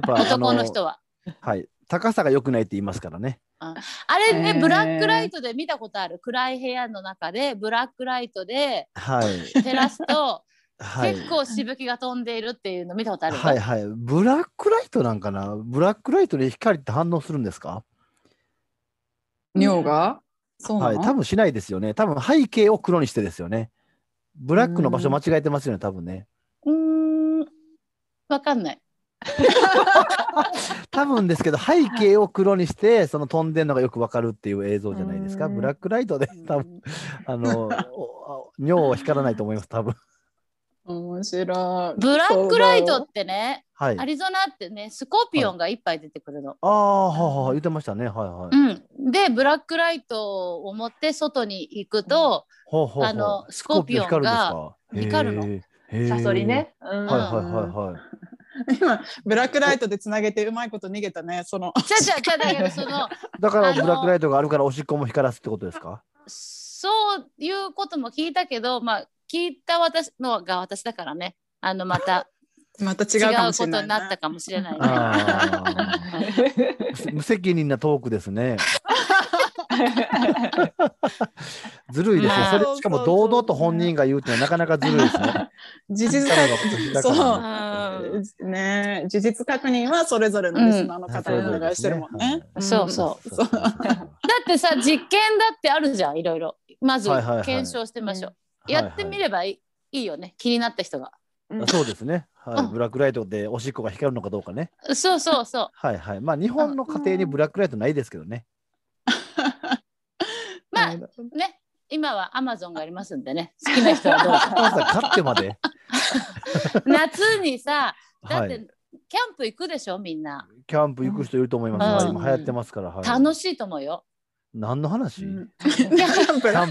E: ぱ
B: 男
E: あ
B: の人は。
E: はい高さが良くないって言いますからね
B: あれね、
D: へー
B: ブラックライトで見たことある暗い部屋の中でブラックライトで
E: はい
B: 照らすと
E: はい
B: 結構しぶきが飛んでいるっていうの見たことある。
E: はいはいブラックライトなんかなブラックライトで光って反応するんですか
D: 尿がそうな
E: はい
D: の、
E: 多分しないですよね多分背景を黒にしてですよねブラックの場所間違えてますよね多分ね
B: うーん。わかんない。
E: 多分ですけど背景を黒にしてその飛んでるのがよくわかるっていう映像じゃないですか
D: うん
E: ブラックライトで多分 あのおあ尿は光らないと思います多分
D: 面白い。
B: ブラックライトってね、
E: はい
B: アリゾナってね、スコーピオンが一杯出てくるの。
E: ああはあはあ言ってましたねはいはい、
B: うん、でブラックライトを持って外に行くと、
E: ほうほうほう
B: あのスコーピオンが光るの
E: へーへー
C: サソリね。う
E: はい
C: ん。
E: はいはいはい
D: 今ブラックライトでつなげてうまいこと逃げたねその
B: ちゃちゃちゃだけどそ の
E: だから
B: あ
E: ブ
B: の
E: ラックライトがあるからおしっこも光らすってことで すか
B: そういうことも聞いたけど、まあ、聞いた私のが私だからねあのま た
D: また
B: 違
D: 違
B: う
D: うかもし
B: こと
D: れない、
B: になったかもしれないね。
E: あー無責任なトークですね。ずるいですね。
B: まあ
E: それしかも堂々と本人が言うってのはなかなかずるいですね。
D: 事実
E: だから
D: そう
B: うん
D: 確ね事実確認はそれぞれのリスナーの方にお願いしてるもんね。
B: うんそうそう
E: そうそうそう
B: だってさ実験だってあるじゃんいろいろまず
E: はいはいはい
B: 検証してみましょう、
E: はい
B: やってみればいい,、い、いよね気になった人が
E: はいそうですね。は
B: う
E: い、
B: ん
E: ブラックライトでおしっこが光るのかどうかね。
B: そうそうそ
E: はいはい。まあ日本の家庭にブラックライトないですけどね。
B: まあ うね今はアマゾンがありますんでね好きな人はどうぞ
E: お母さん勝ってまで。
B: 夏にさだ
E: は
B: って、
E: い。
B: キャンプ行くでしょみんな
E: キャンプ行く人いると思います。
B: うん
E: 今流行ってますから。はい
B: 楽しいと思うよ、
E: 何の話？
D: うん
B: いや
E: キャンプが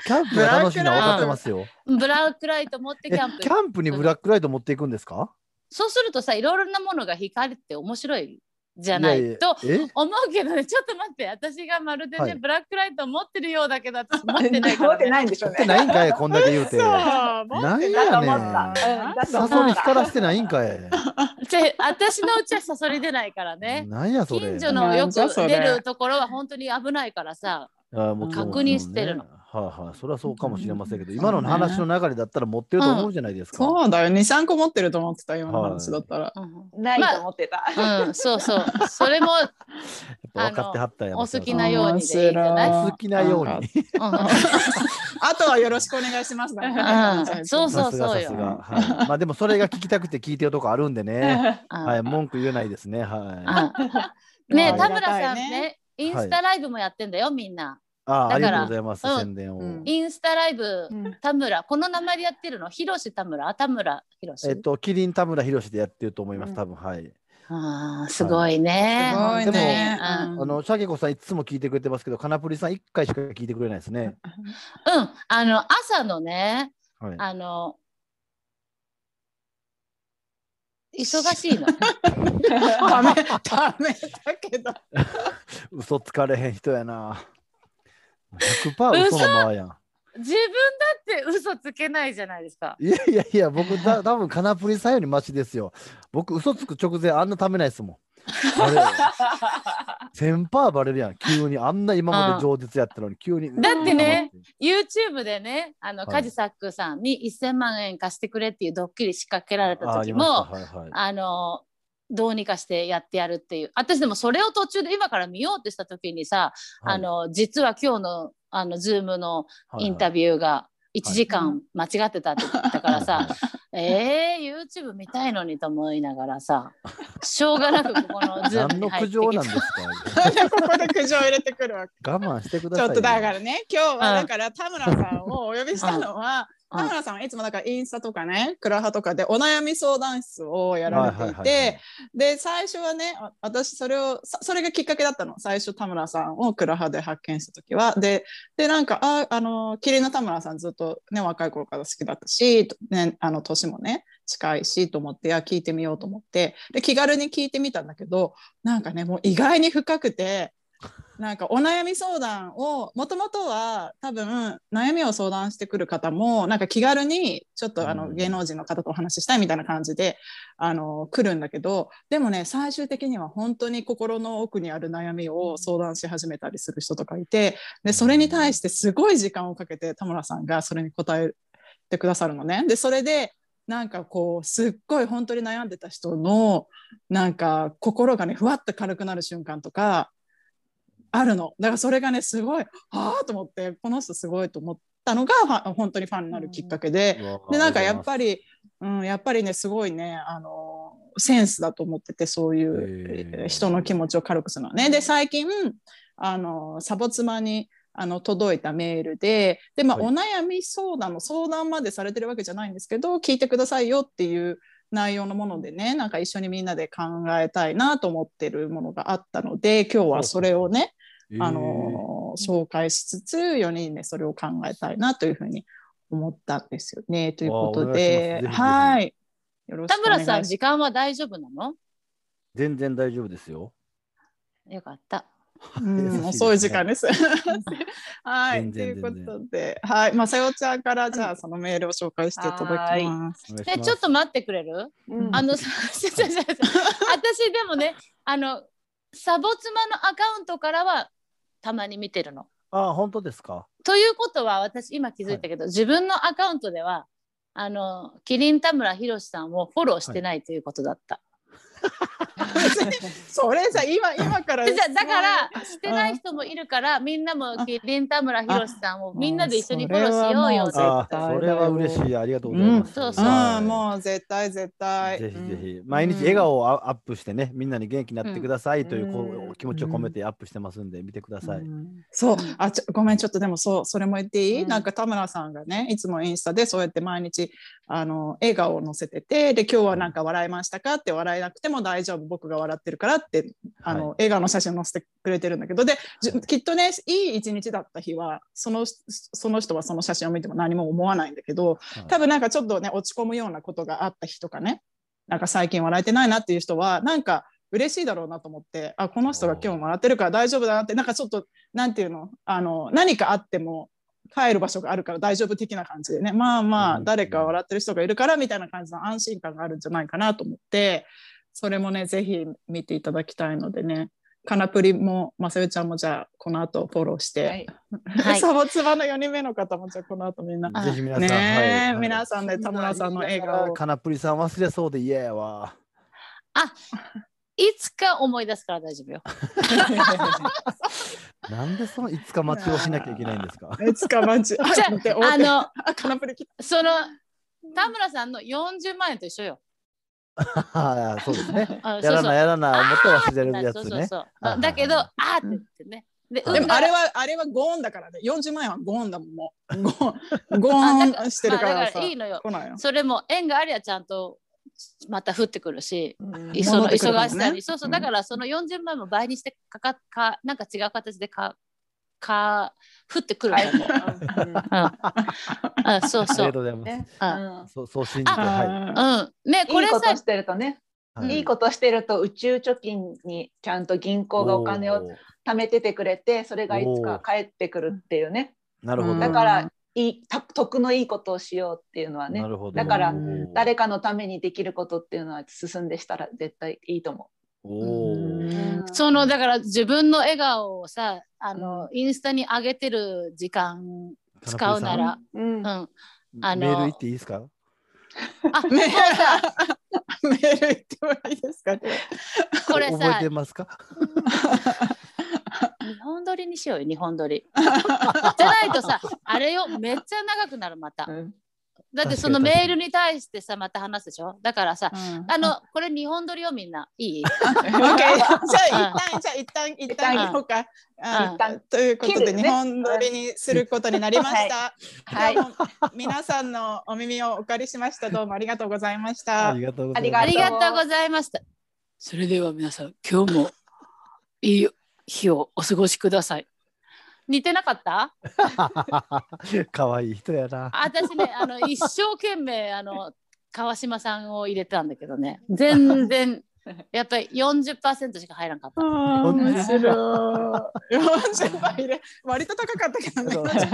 E: キャンプが楽しいのは分かってますよ。
B: ブラックライト持ってキ
E: えキ
B: ャンプ
E: ャンプにブラックライト持っていくんですか？
B: そうするとさいろいろなものが光って面白いじゃないと
E: ややえ
B: 思うけどねちょっと待って私がまるでね、
E: はい
B: ブラックライト持ってるようだけど私持ってないか
C: 持
B: ら、
C: って
B: ね、
C: ないんでしょ
E: や
C: う
E: って
C: ね。
E: ないんかいこんだけ言うて。
D: そうもう
E: なん
C: だと
E: や
C: 思
E: ね
C: った。うんだ
E: ん。
C: と
E: サ
C: 思
E: ソ
C: っ
E: リ
C: た。
E: 光らしてないんかい。
B: ちょ私のうちはサソリ出ないからね
E: なんやそれ。
B: 近所のよく
D: なんじゃそれ
B: 出るところは本当に危ないからさ
E: あーもう今日
B: 確認してるの
E: ねはいはい。それはそうかもしれませんけど、
D: うん
E: 今の話の流れだったら持ってると思うじゃないですか。
D: そうだよ二三個持ってると思ってた今の話だったら。
B: うん、
C: ないと思ってた。
B: うん、そうそうそれも
E: やっぱ分かってはったんや
B: お好き
E: 松
B: な
E: 山
B: ようにでいいんじゃない
E: さんお好きなように。
B: うん
D: あとはよろしくお願いしますだね、
B: うんそう
E: さすがさすが。はいまあでもそれが聞きたくて聞いてるとこあるんでね。
B: うん
E: はい、文句言えないです ね。はい。
B: うんね
E: あり
B: 田
E: がたい
B: 村
E: ね
B: さんねインスタライブもやってんだよみんな
E: あーあ
B: だ
E: り
B: から
E: がとうございます。
B: うん
E: 宣伝を。
D: うん
B: インスタライブ
D: うん
B: 田村この名前でやってるの広瀬田村田村広
E: え
B: 瀬
E: っと、キリン田村宏でやってると思います、
D: うん
E: 多分はい。
B: あーすごいね
D: すごいね。
B: うん
E: あの、シャケ子さんいつも聞いてくれてますけど、カナプリさん一回しか聞いてくれないですね。
B: うんあの朝のね
E: はい。
B: あの忙し いの
D: ダメダメだけど。
E: 嘘つかれへん人やな。100%嘘のままやん。
B: 自分だって嘘つけないじゃないですか
E: いやいやいや、僕、だ多分カナプリさんよりマシですよ。僕、嘘つく直前あんなためないですもん。あれ、1000%バレるやん。急に、あんな今まで饒舌やったのに、急に。
B: だってね
E: うん。
B: YouTube でねあの、
E: はい
B: カジサックさんに1000万円貸してくれっていうドッキリ仕掛けられ
E: あ
B: た
E: あり
B: 時
E: ま
B: も
E: したはいはい
B: あのどうにかしてやってやるっていう私でもそれを途中で今から見ようってした時にさ、
E: はい
B: あの実は今日のあの Zoom のインタ
E: ビ
B: ビューが1時間間違ってたって言ったからさ、 えー、YouTube 見たいのにと思いながらさしょうがなくここの Zoom
E: 何
B: に
E: の
B: 入
E: 苦
B: って
E: 情
B: き
E: なん
B: て
E: ですか
D: ここで苦情入れてくるわけ。
E: 我慢してくだ
D: ち
E: さ
D: ょっ
E: いよ
D: とだからね今日はだから田村さんをお呼びしたのは
B: うん
D: 田村さんはいつもだからインスタとかねクラハとかでお悩み相談室をやられてい
E: はいはいはいは
D: てで最初はねあ私それをさそれがきっかけだったの最初田村さんをクラハで発見した時はででなんかああの麒麟の田村さんずっとね若い頃から好きだったし、ね、あの年もね近いしと思っていや聞いてみようと思ってで気軽に聞いてみたんだけどなんかねもう意外に深くてなんかお悩み相談をもともとは多分悩みを相談してくる方もなんか気軽にちょっとあ
E: う
D: の
E: ん
D: 芸能人の方とお話ししたいみたいな感じであの来るんだけどでもね最終的には本当に心の奥にある悩みを相談し始めたりする人とかいてでそれに対してすごい時間をかけて田村さんがそれに答えてくださるのね。でそれでなんかこうすっごい本当に悩んでた人のなんか心がねふわっと軽くなる瞬間とかあるのだからそれがねすごいああと思ってこの人すごいと思ったのがファン本当にファンになるきっかけで、
E: うわ
D: でなんかやっぱり、うん、やっぱりねすごいねあのセンスだと思っててそういう
E: へ
D: え
E: ー
D: ー人の気持ちを軽くするのはね。で最近あのサボ妻にあの届いたメールでで、まあ
E: はい
D: お悩み相談の相談までされてるわけじゃないんですけど聞いてくださいよっていう内容のものでねなんか一緒にみんなで考えたいなと思ってるものがあったので今日はそれをね
E: り
D: あの紹介しつつ4人でそれを考えたいなというふうに思ったんですよね。ということで、
E: わあお
D: は
E: 願
D: い。よろし
B: 田
D: くお願
B: 村
D: い
B: さん
D: し
B: 時間は大丈夫なの
E: 全然大丈夫ですよ。
B: よかった。
D: うん、
E: 優しいですね
D: 遅い時間 です。はい。
E: 全
D: とい
E: 然
D: うことで、はい。まあ、さよちゃんから、じゃあ、そのメールを紹介していただき ます。
E: お願いし
B: え
E: ま
B: ち
E: す
B: ょっと待ってくれる
C: うん
B: あのさ 違う違う違う私でもねあのサボ妻のアカウントからはたまに見てるの。
E: あ本当ですか。
B: ということは私今気づいたけど、自分のアカウントではあの麒麟田村宏さんをフォローしてないということだった。
D: それさ、今、今から。
B: でじゃあだからしてない人もいるからみんなも麒麟田村宏さんをみんなで一緒にフォローしようよ
D: 絶対だよ
E: あそれは嬉しいありがとうございます。
B: うんそうそう
E: は
D: う
E: い
D: ん、もう絶対絶対。
E: ぜひぜひ、
D: うん
E: 毎日笑顔をアアップしてね、みんなに元気になってくださいというこう
C: うん
E: 気持ちを込めてアップしてますんで、見てください。
D: うんそうあちょごめんちょっとでもそうそれも言っていい、
B: うん
D: なんか田村さんがねいつもインスタでそうやって毎日あの笑顔を載せててで今日はなんか笑いましたかって笑えなくても大丈夫僕が笑ってるからってあの、
E: は
D: 笑顔の写真載せてくれてるんだけどでじゅきっとねいい一日だった日はそのその人はその写真を見ても何も思わないんだけど多分なんかちょっとね落ち込むようなことがあった日とかねなんか最近笑えてないなっていう人はなんか嬉しいだろうなと思ってあこの人が今日も笑ってるから大丈夫だなってなんかちょっとなんていうのあの何かあっても帰る場所があるから大丈夫的な感じでねまあま
E: う
D: あ
E: ん
D: 誰か笑ってる人がいるからみたいな感じの安心感があるんじゃないかなと思ってそれもねぜひ見ていただきたいのでねかなプリもまさよちゃんもじゃあこの後フォローして、
C: はい
B: はい
D: サボツバの4人目の方もじゃあこの後みんな
E: はいぜひ皆さん、
D: ねえ、
E: はい
D: 皆さんで田村さんの笑 顔を
E: かなぷりさん忘れそうで嫌やわ。
B: いつか思い出すから大丈夫よ。
E: なんでそのいつか待ちをしなきゃいけないんで すか。
D: いつかマジあ
B: じゃあ
D: 待って
B: あの
D: あカナプリ来
B: その田村さんの40万円と一緒よ。
E: はいそうですね。
B: あ
E: やらなやらな思ったら忘れるや
B: そう
E: つ
B: そう
E: ね。
B: そう
E: はいはいはい
B: だけど、あーって言ってね。で、
E: は
D: た
E: い
D: で
B: 運
D: も
B: が
D: あれはあれはゴーンだからね40万円はゴーンだもんもうゴーンゴ
B: あだ
D: ー
B: から
D: ンしてるから
B: まあだ
D: さ、
B: からいいのよ。
D: 来ないよ
B: それも縁がありゃちゃんとまた降ってくるし、
C: うん
D: い
B: その
D: 戻ってくるか
B: 忙
D: もね
B: しさに、そうそうう、
D: ん
B: だからその40万も倍にしてかかっか、なんか違う形でか、か、降ってくるからもううんうん、そう
E: あり
B: そう
E: が。とうございます。
C: ね
B: あ
E: そうそう信じてはい。
D: あ
B: うん。ね、こ
C: い
B: れ
C: い
B: さ、
C: ことしてるとね、
E: はい
C: いいことしてると宇宙貯金にちゃんと銀行がお金を
E: おー
C: 貯めててくれてそれがいつか返ってくるっていうね
E: なるほ
D: うん
E: ど。
C: だからいいた得のいいことをしようっていうのはね
E: なるほど。
C: だから誰
E: か
C: かのためにできることっていうのは進んでしたら絶対いいと思
E: お
D: ー
E: ー
C: う。
D: うん
B: その、だから自分の笑顔をさ、あの、インスタに上げてる時間使うなら、
C: う
B: う
C: ん
B: ん。
E: メ
B: あの
E: ール行っていいですか
B: あ、もう
D: ね
B: さ、
D: メール言ってもいいですかね。
B: これ
E: 覚え
B: さ
E: てますか
B: 日本撮りにしようよ日本撮 りじゃないとさあれよめっちゃ長くなるまた
D: うん
B: だってそのメールに対してさまた話すでしょだからさあのこれ日本撮りよみんないい
D: OK じゃあ一旦じゃあ一旦一旦
B: うん
D: 行こうか。あ
B: うん
C: 一旦
D: ということ
C: 切
D: で、
C: るね
D: 日本撮りにすることになりました。
C: はい
D: 今日も皆さんのお耳をお借りしました。どうもありがとうございました
E: あり。がとうござ
C: あ
E: い
C: り
E: ま
B: あ
E: す
B: りがとうございましたそれでは皆さん今日もいい日をお過ごしください似てなかった
E: 可愛い人やな。
B: 私ねあの一生懸命あの川島さんを入れたんだけどね全然やっぱり40%しか入らなかった
D: あー面白い。40倍で割と高かったけどね。